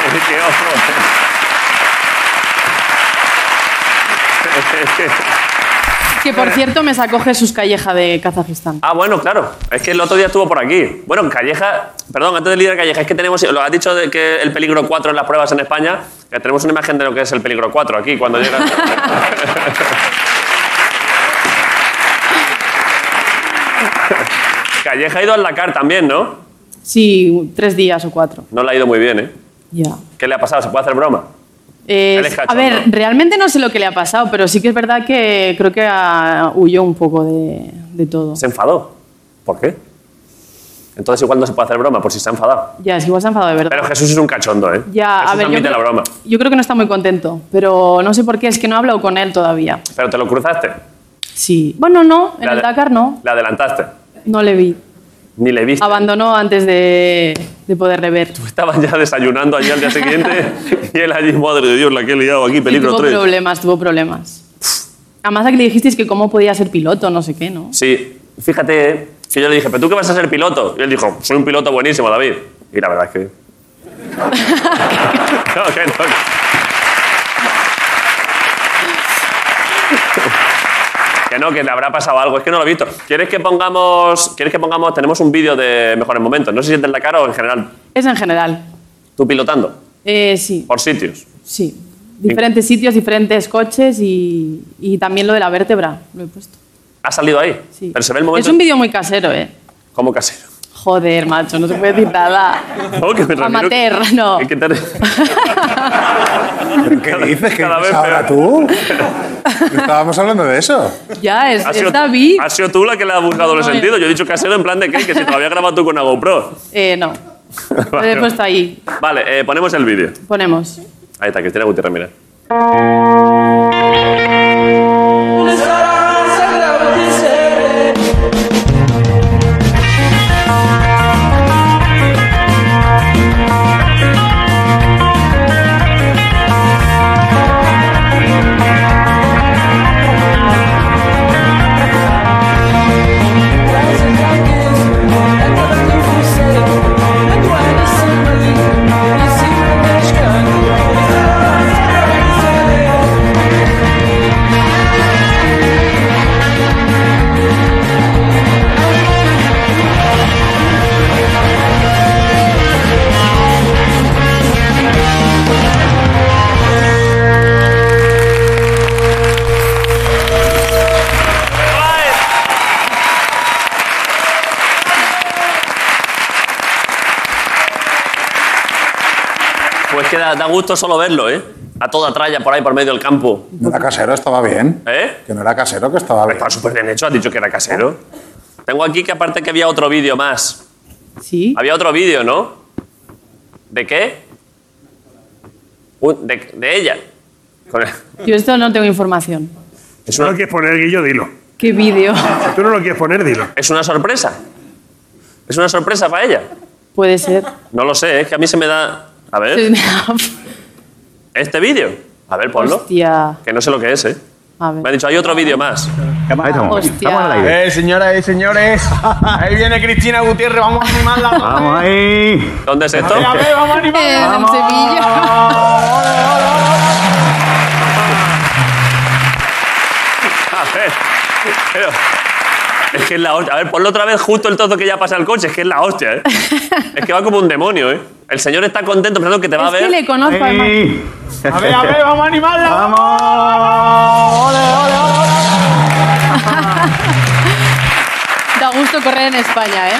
Speaker 1: es que, ojo. Es que-
Speaker 14: Que por cierto me sacó Jesús Calleja de Kazajistán.
Speaker 1: Ah, bueno, claro. Es que el otro día estuvo por aquí. Bueno, en Calleja, perdón, antes del líder Calleja, es que tenemos, lo has dicho de que el peligro 4 en las pruebas en España, que tenemos una imagen de lo que es el peligro 4 aquí cuando llega. Calleja ha ido al Dakar también, ¿no?
Speaker 14: Sí, tres días o cuatro.
Speaker 1: No le ha ido muy bien, ¿eh?
Speaker 14: Ya.
Speaker 1: ¿Qué le ha pasado? ¿Se puede hacer broma?
Speaker 14: Eh,
Speaker 1: Él es
Speaker 14: a
Speaker 1: cachondo.
Speaker 14: ver, realmente no sé lo que le ha pasado, pero sí que es verdad que creo que ah, huyó un poco de, de todo.
Speaker 1: Se enfadó. ¿Por qué? Entonces igual no se puede hacer broma, por si se ha enfadado.
Speaker 14: Ya, es que igual se ha enfadado de verdad.
Speaker 1: Pero Jesús es un cachondo, ¿eh?
Speaker 14: Ya,
Speaker 1: Jesús
Speaker 14: a ver, yo
Speaker 1: admite
Speaker 14: creo-
Speaker 1: la broma.
Speaker 14: Yo creo que no está muy contento, pero no sé por qué, es que no he hablado con él todavía.
Speaker 1: Pero te lo cruzaste,
Speaker 14: Sí. Bueno, no, en
Speaker 1: La
Speaker 14: el
Speaker 1: de-
Speaker 14: Dakar no,
Speaker 1: le adelantaste,
Speaker 14: no le vi.
Speaker 1: ni le viste.
Speaker 14: Abandonó antes de, de poderle ver.
Speaker 1: Estaban ya desayunando allí al día siguiente y él allí, madre de Dios, la que he liado aquí, peligro
Speaker 14: tuvo
Speaker 1: 3.
Speaker 14: problemas, tuvo problemas. Además, aquí le dijisteis que cómo podía ser piloto, no sé qué, ¿no?
Speaker 1: Sí, fíjate ¿eh? que yo le dije, ¿pero tú qué vas a ser piloto? Y él dijo, soy un piloto buenísimo, David. Y la verdad es que... No, que no. Que no, que le habrá pasado algo, es que no lo he visto. ¿Quieres que pongamos, quieres que pongamos, tenemos un vídeo de mejores momentos, no sé si es de la cara o en general,
Speaker 14: Es en general.
Speaker 1: tú pilotando,
Speaker 14: Eh, sí,
Speaker 1: por sitios.
Speaker 14: sí. Diferentes sitios, diferentes coches y, y también lo de la vértebra, lo he puesto.
Speaker 1: ¿Ha salido ahí? Pero se ve el
Speaker 14: Es
Speaker 1: momento...
Speaker 14: un vídeo muy casero, ¿eh?
Speaker 1: ¿Cómo casero?
Speaker 14: Joder, macho, no se puede decir nada.
Speaker 1: No, que me refiero-
Speaker 14: Amateur, no.
Speaker 1: que te-
Speaker 3: ¿Qué dices? ¿Qué
Speaker 1: cada vez
Speaker 3: dices ahora tú? Estábamos hablando de eso.
Speaker 14: Ya, es,
Speaker 1: Ha
Speaker 14: es
Speaker 1: sido,
Speaker 14: David.
Speaker 1: ha sido tú la que le has buscado el
Speaker 14: No,
Speaker 1: sentido. Yo he dicho casero en plan de que, que si todavía grabas tú con una GoPro.
Speaker 14: Eh, no, lo he
Speaker 1: Vale,
Speaker 14: puesto ahí.
Speaker 1: Vale, eh, ponemos el vídeo.
Speaker 14: Ponemos.
Speaker 1: Ahí está, Cristina Gutiérrez, mira. Pues que da, da gusto solo verlo, ¿eh? A toda tralla por ahí, por medio del campo.
Speaker 3: No era casero, estaba bien.
Speaker 1: ¿Eh?
Speaker 3: Que no era casero, que estaba bien.
Speaker 1: Está súper bien hecho, has dicho que era casero. Tengo aquí que aparte que había otro vídeo más.
Speaker 14: Sí.
Speaker 1: Había otro vídeo, ¿no? ¿De qué? Un- de, de ella. Con el-
Speaker 14: Yo esto no tengo información.
Speaker 1: Es una,
Speaker 2: no lo quieres poner, Guillo, dilo.
Speaker 14: ¿Qué vídeo?
Speaker 2: Si tú no lo quieres poner, dilo.
Speaker 1: es una sorpresa. Es una sorpresa para ella.
Speaker 14: Puede ser.
Speaker 1: No lo sé, es que a mí se me da... A ver, este vídeo. A ver, ponlo.
Speaker 14: Hostia.
Speaker 1: Que no sé lo que es, ¿eh?
Speaker 14: A
Speaker 1: Me
Speaker 14: ver.
Speaker 1: han dicho, hay otro vídeo más.
Speaker 14: Hostia. Estamos al
Speaker 15: aire.
Speaker 16: Eh, señoras y señores, ahí viene Cristina Gutiérrez, vamos a animarla.
Speaker 15: Vamos ahí.
Speaker 1: ¿Dónde es esto?
Speaker 16: Venga, ve, vamos a
Speaker 14: Eh,
Speaker 16: animarla.
Speaker 14: en Sevilla.
Speaker 1: A ver, pero- Es que es la hostia. A ver, ponlo otra vez justo el trozo que ya pasa el coche. Es que es la hostia, ¿eh? Es que va como un demonio, ¿eh? El señor está contento pensando que te va a
Speaker 14: Es
Speaker 1: ver. Eh.
Speaker 14: que le conozco, además.
Speaker 16: A ver, a ver, vamos a animarla. Vamos. Ole, ole, ole, ole.
Speaker 14: Da gusto correr en España, ¿eh?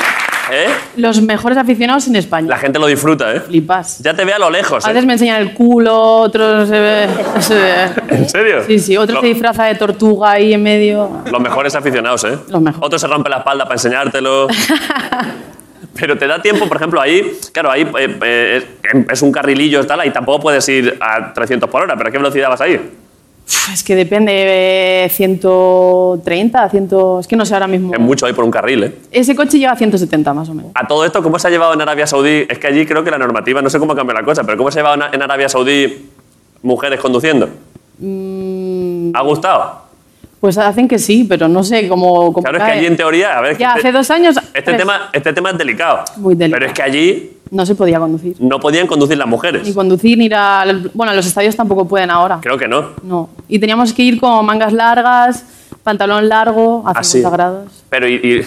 Speaker 1: ¿Eh?
Speaker 14: Los mejores aficionados en España.
Speaker 1: La gente lo disfruta, ¿eh?
Speaker 14: Flipas.
Speaker 1: Ya te ve a lo lejos,
Speaker 14: A
Speaker 1: ¿eh?
Speaker 14: veces me enseñan el culo, otros se ve. se ve-
Speaker 1: ¿En serio?
Speaker 14: Sí, sí, otro
Speaker 1: Lo-
Speaker 14: se disfraza de tortuga ahí en medio.
Speaker 1: Los mejores aficionados, ¿eh?
Speaker 14: Los mejores.
Speaker 1: Otro se rompe la espalda para enseñártelo. Pero te da tiempo, por ejemplo, ahí, claro, ahí eh, eh, es- es un carrilillo y tal, ahí tampoco puedes ir a 300 por hora, pero ¿a qué velocidad vas ahí?
Speaker 14: Uf, Es que depende, eh, 130, 100. Es que no sé ahora mismo.
Speaker 1: Es mucho ahí por un carril, ¿eh?
Speaker 14: Ese coche lleva a 170 más o menos.
Speaker 1: A todo esto, ¿cómo se ha llevado en Arabia Saudí? Es que allí creo que la normativa, no sé cómo cambia la cosa, pero ¿cómo se ha llevado en- en Arabia Saudí mujeres conduciendo?
Speaker 14: Mm.
Speaker 1: ¿Ha gustado?
Speaker 14: Pues hacen que sí, pero no sé cómo. cómo
Speaker 1: Claro, es que
Speaker 14: cae.
Speaker 1: allí en teoría, a ver, es que
Speaker 14: Ya,
Speaker 1: este,
Speaker 14: hace dos años.
Speaker 1: este
Speaker 14: tres,
Speaker 1: tema, este tema es delicado.
Speaker 14: Muy delicado.
Speaker 1: Pero es que allí
Speaker 14: No se podía conducir.
Speaker 1: no podían conducir las
Speaker 14: Ni
Speaker 1: mujeres.
Speaker 14: conducir, ni ir a. Bueno, a los estadios tampoco pueden ahora.
Speaker 1: Creo que no.
Speaker 14: No. Y teníamos que ir con mangas largas, pantalón largo, a 50
Speaker 1: Así.
Speaker 14: grados.
Speaker 1: Pero y, y-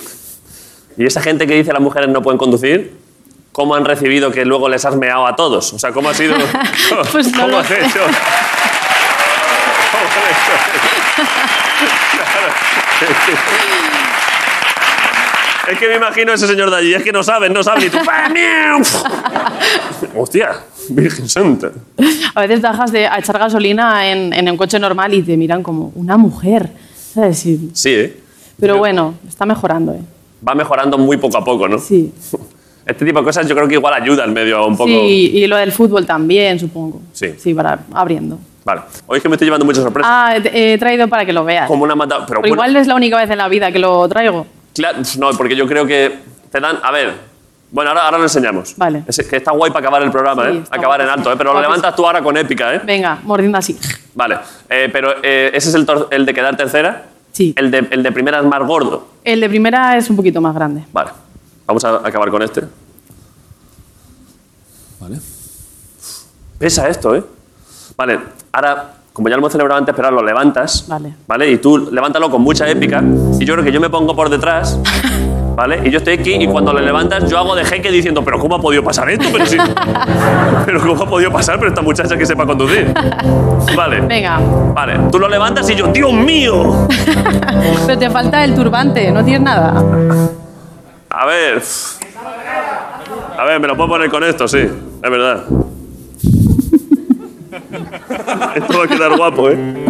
Speaker 1: y esa gente que dice las mujeres no pueden conducir, ¿cómo han recibido que luego les has meado a todos? O sea, ¿cómo ha sido?
Speaker 16: Pues no
Speaker 1: ¿Cómo
Speaker 16: lo
Speaker 1: has
Speaker 16: sé.
Speaker 1: hecho? ¿Cómo has hecho? Claro. Es que me imagino a ese señor de allí, es que no sabe, no sabe. Y tú, ¡pa, miau! Hostia, Virgen Santa.
Speaker 14: A veces bajas de, a echar gasolina en, en un coche normal y te miran como una mujer. ¿sabes? Y-
Speaker 1: Sí, ¿eh?
Speaker 14: pero bueno, está mejorando. ¿eh?
Speaker 1: Va mejorando muy poco a poco, ¿no?
Speaker 14: Sí.
Speaker 1: Este tipo de cosas yo creo que igual ayuda al medio un poco.
Speaker 14: Sí, y lo del fútbol también, supongo.
Speaker 1: Oh. Sí.
Speaker 14: Sí, para abriendo.
Speaker 1: Vale. Hoy es que me estoy llevando muchas sorpresas.
Speaker 14: Ah, he he traído para que lo veas.
Speaker 1: Como una mata. Pero
Speaker 14: Ah, Pero
Speaker 1: bueno,
Speaker 14: igual es la única vez en la vida que lo traigo.
Speaker 1: Claro, no, porque yo creo que te dan. A ver. Bueno, ahora, ahora lo enseñamos. Vale. que está guay para acabar el programa,
Speaker 14: Sí,
Speaker 1: ¿eh?
Speaker 14: está
Speaker 1: Acabar en
Speaker 14: guapísimo.
Speaker 1: alto, ¿eh? Pero lo
Speaker 14: Guapísimo.
Speaker 1: levantas tú ahora con épica, ¿eh?
Speaker 14: Venga, mordiendo así.
Speaker 1: Vale. Eh, pero eh, ese es el, tor- el de quedar tercera.
Speaker 14: Sí.
Speaker 1: El de, el de primera es más gordo.
Speaker 14: El de primera es un poquito más grande.
Speaker 1: Vale. Vamos a acabar con este. Vale. Pesa esto, ¿eh? Vale. Ahora, como ya lo hemos celebrado antes, pero ahora lo levantas.
Speaker 14: Vale.
Speaker 1: ¿vale? Y tú levántalo con mucha épica. Y yo creo que yo me pongo por detrás, ¿vale? Y yo estoy aquí y cuando le levantas yo hago de jeque diciendo, pero ¿cómo ha podido pasar esto? Pero, sí, pero ¿cómo ha podido pasar? Pero esta muchacha que sepa conducir. Vale.
Speaker 14: Venga,
Speaker 1: Vale, tú lo levantas y yo, Dios mío.
Speaker 14: pero te falta el turbante, no tienes nada.
Speaker 1: A ver. A ver, me lo puedo poner con esto, sí. Es verdad. Esto va a quedar guapo, ¿eh?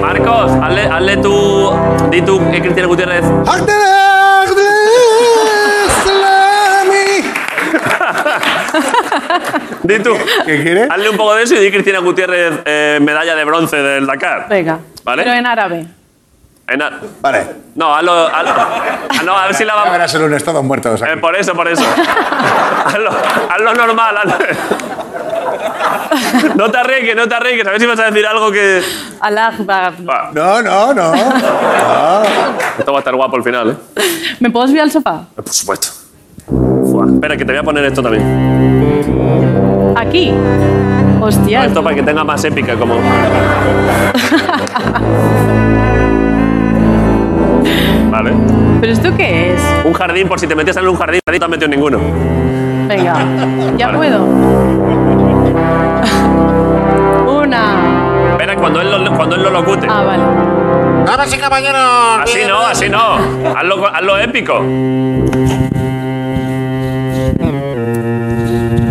Speaker 1: Marcos, hazle, hazle tu. Di tu. eh, Cristina Gutiérrez. Di tú. ¿Qué quieres? Hazle un poco de eso y di Cristina Gutiérrez eh, medalla de bronce del Dakar.
Speaker 14: Venga.
Speaker 1: ¿Vale?
Speaker 14: Pero en árabe.
Speaker 1: Vale. No, hazlo. hazlo- ah, no, a ver si la vamos.
Speaker 3: Verás el lunes todos muertos.
Speaker 1: Eh, por eso, por eso. hazlo, hazlo normal. hazlo- No te arriesgues, no te arriesgues. A ver si vas a decir algo que.
Speaker 14: Allah Akbar.
Speaker 1: No, no, no. Esto va a estar guapo al final, ¿eh?
Speaker 14: ¿Me puedo subir al sofá?
Speaker 1: Eh, Por supuesto. Fua, Espera, que te voy a poner esto también.
Speaker 14: Aquí. Hostia.
Speaker 1: Esto para que tenga más épica, como. Vale.
Speaker 14: ¿Pero esto qué es?
Speaker 1: Un jardín, por si te metes en un jardín, no te has metido en ninguno.
Speaker 14: Venga, ya puedo. Una.
Speaker 1: Espera, cuando él lo, cuando él lo locute.
Speaker 14: Ah, vale.
Speaker 1: Damas y caballeros. Así no, así no. Hazlo, hazlo épico.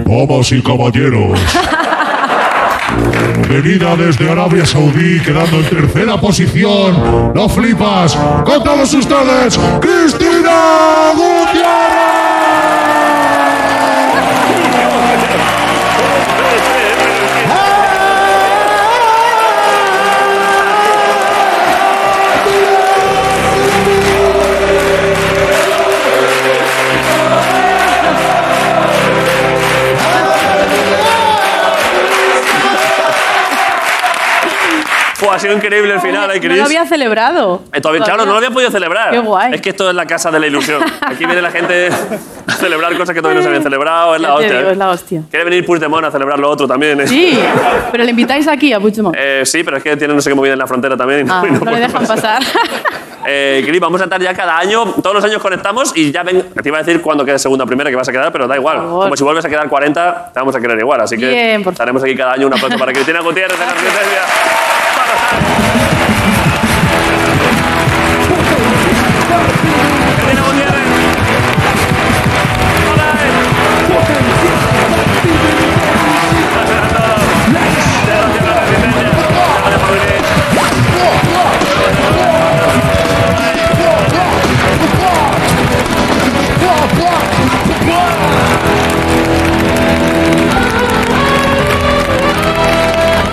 Speaker 13: Damas y caballeros. Venida desde Arabia Saudí, quedando en tercera posición. ¡No flipas! ¡Con todos ustedes, Cristina Gutiérrez!
Speaker 1: Fue, ha sido increíble el final, ¿eh,
Speaker 14: No lo
Speaker 1: Chris?
Speaker 14: había celebrado.
Speaker 1: Eh, todavía- claro, no lo había podido celebrar.
Speaker 14: Qué guay.
Speaker 1: Es que esto es la casa de la ilusión. Aquí viene la gente a celebrar cosas que todavía no se habían celebrado. Es la
Speaker 14: Ya te
Speaker 1: hostia.
Speaker 14: digo,
Speaker 1: ¿eh?
Speaker 14: es la hostia.
Speaker 1: Quiere venir Puigdemont a celebrar lo otro también. ¿eh?
Speaker 14: Sí, pero le invitáis aquí a Puigdemont.
Speaker 1: Eh, sí, pero es que tiene no sé qué movida en la frontera también. y no-
Speaker 14: Ah,
Speaker 1: y no
Speaker 14: no le
Speaker 1: puede
Speaker 14: dejan pasar.
Speaker 1: Eh, Cris, vamos a estar ya cada año, todos los años conectamos y ya ven, te iba a decir cuándo quedes segunda o primera que vas a quedar, pero da igual.
Speaker 14: favor.
Speaker 1: Como si vuelves a quedar 40, te vamos a querer igual. Así que
Speaker 14: Bien, por
Speaker 1: estaremos aquí cada año. Un aplauso para Cristina Gutiérrez de la Resistencia.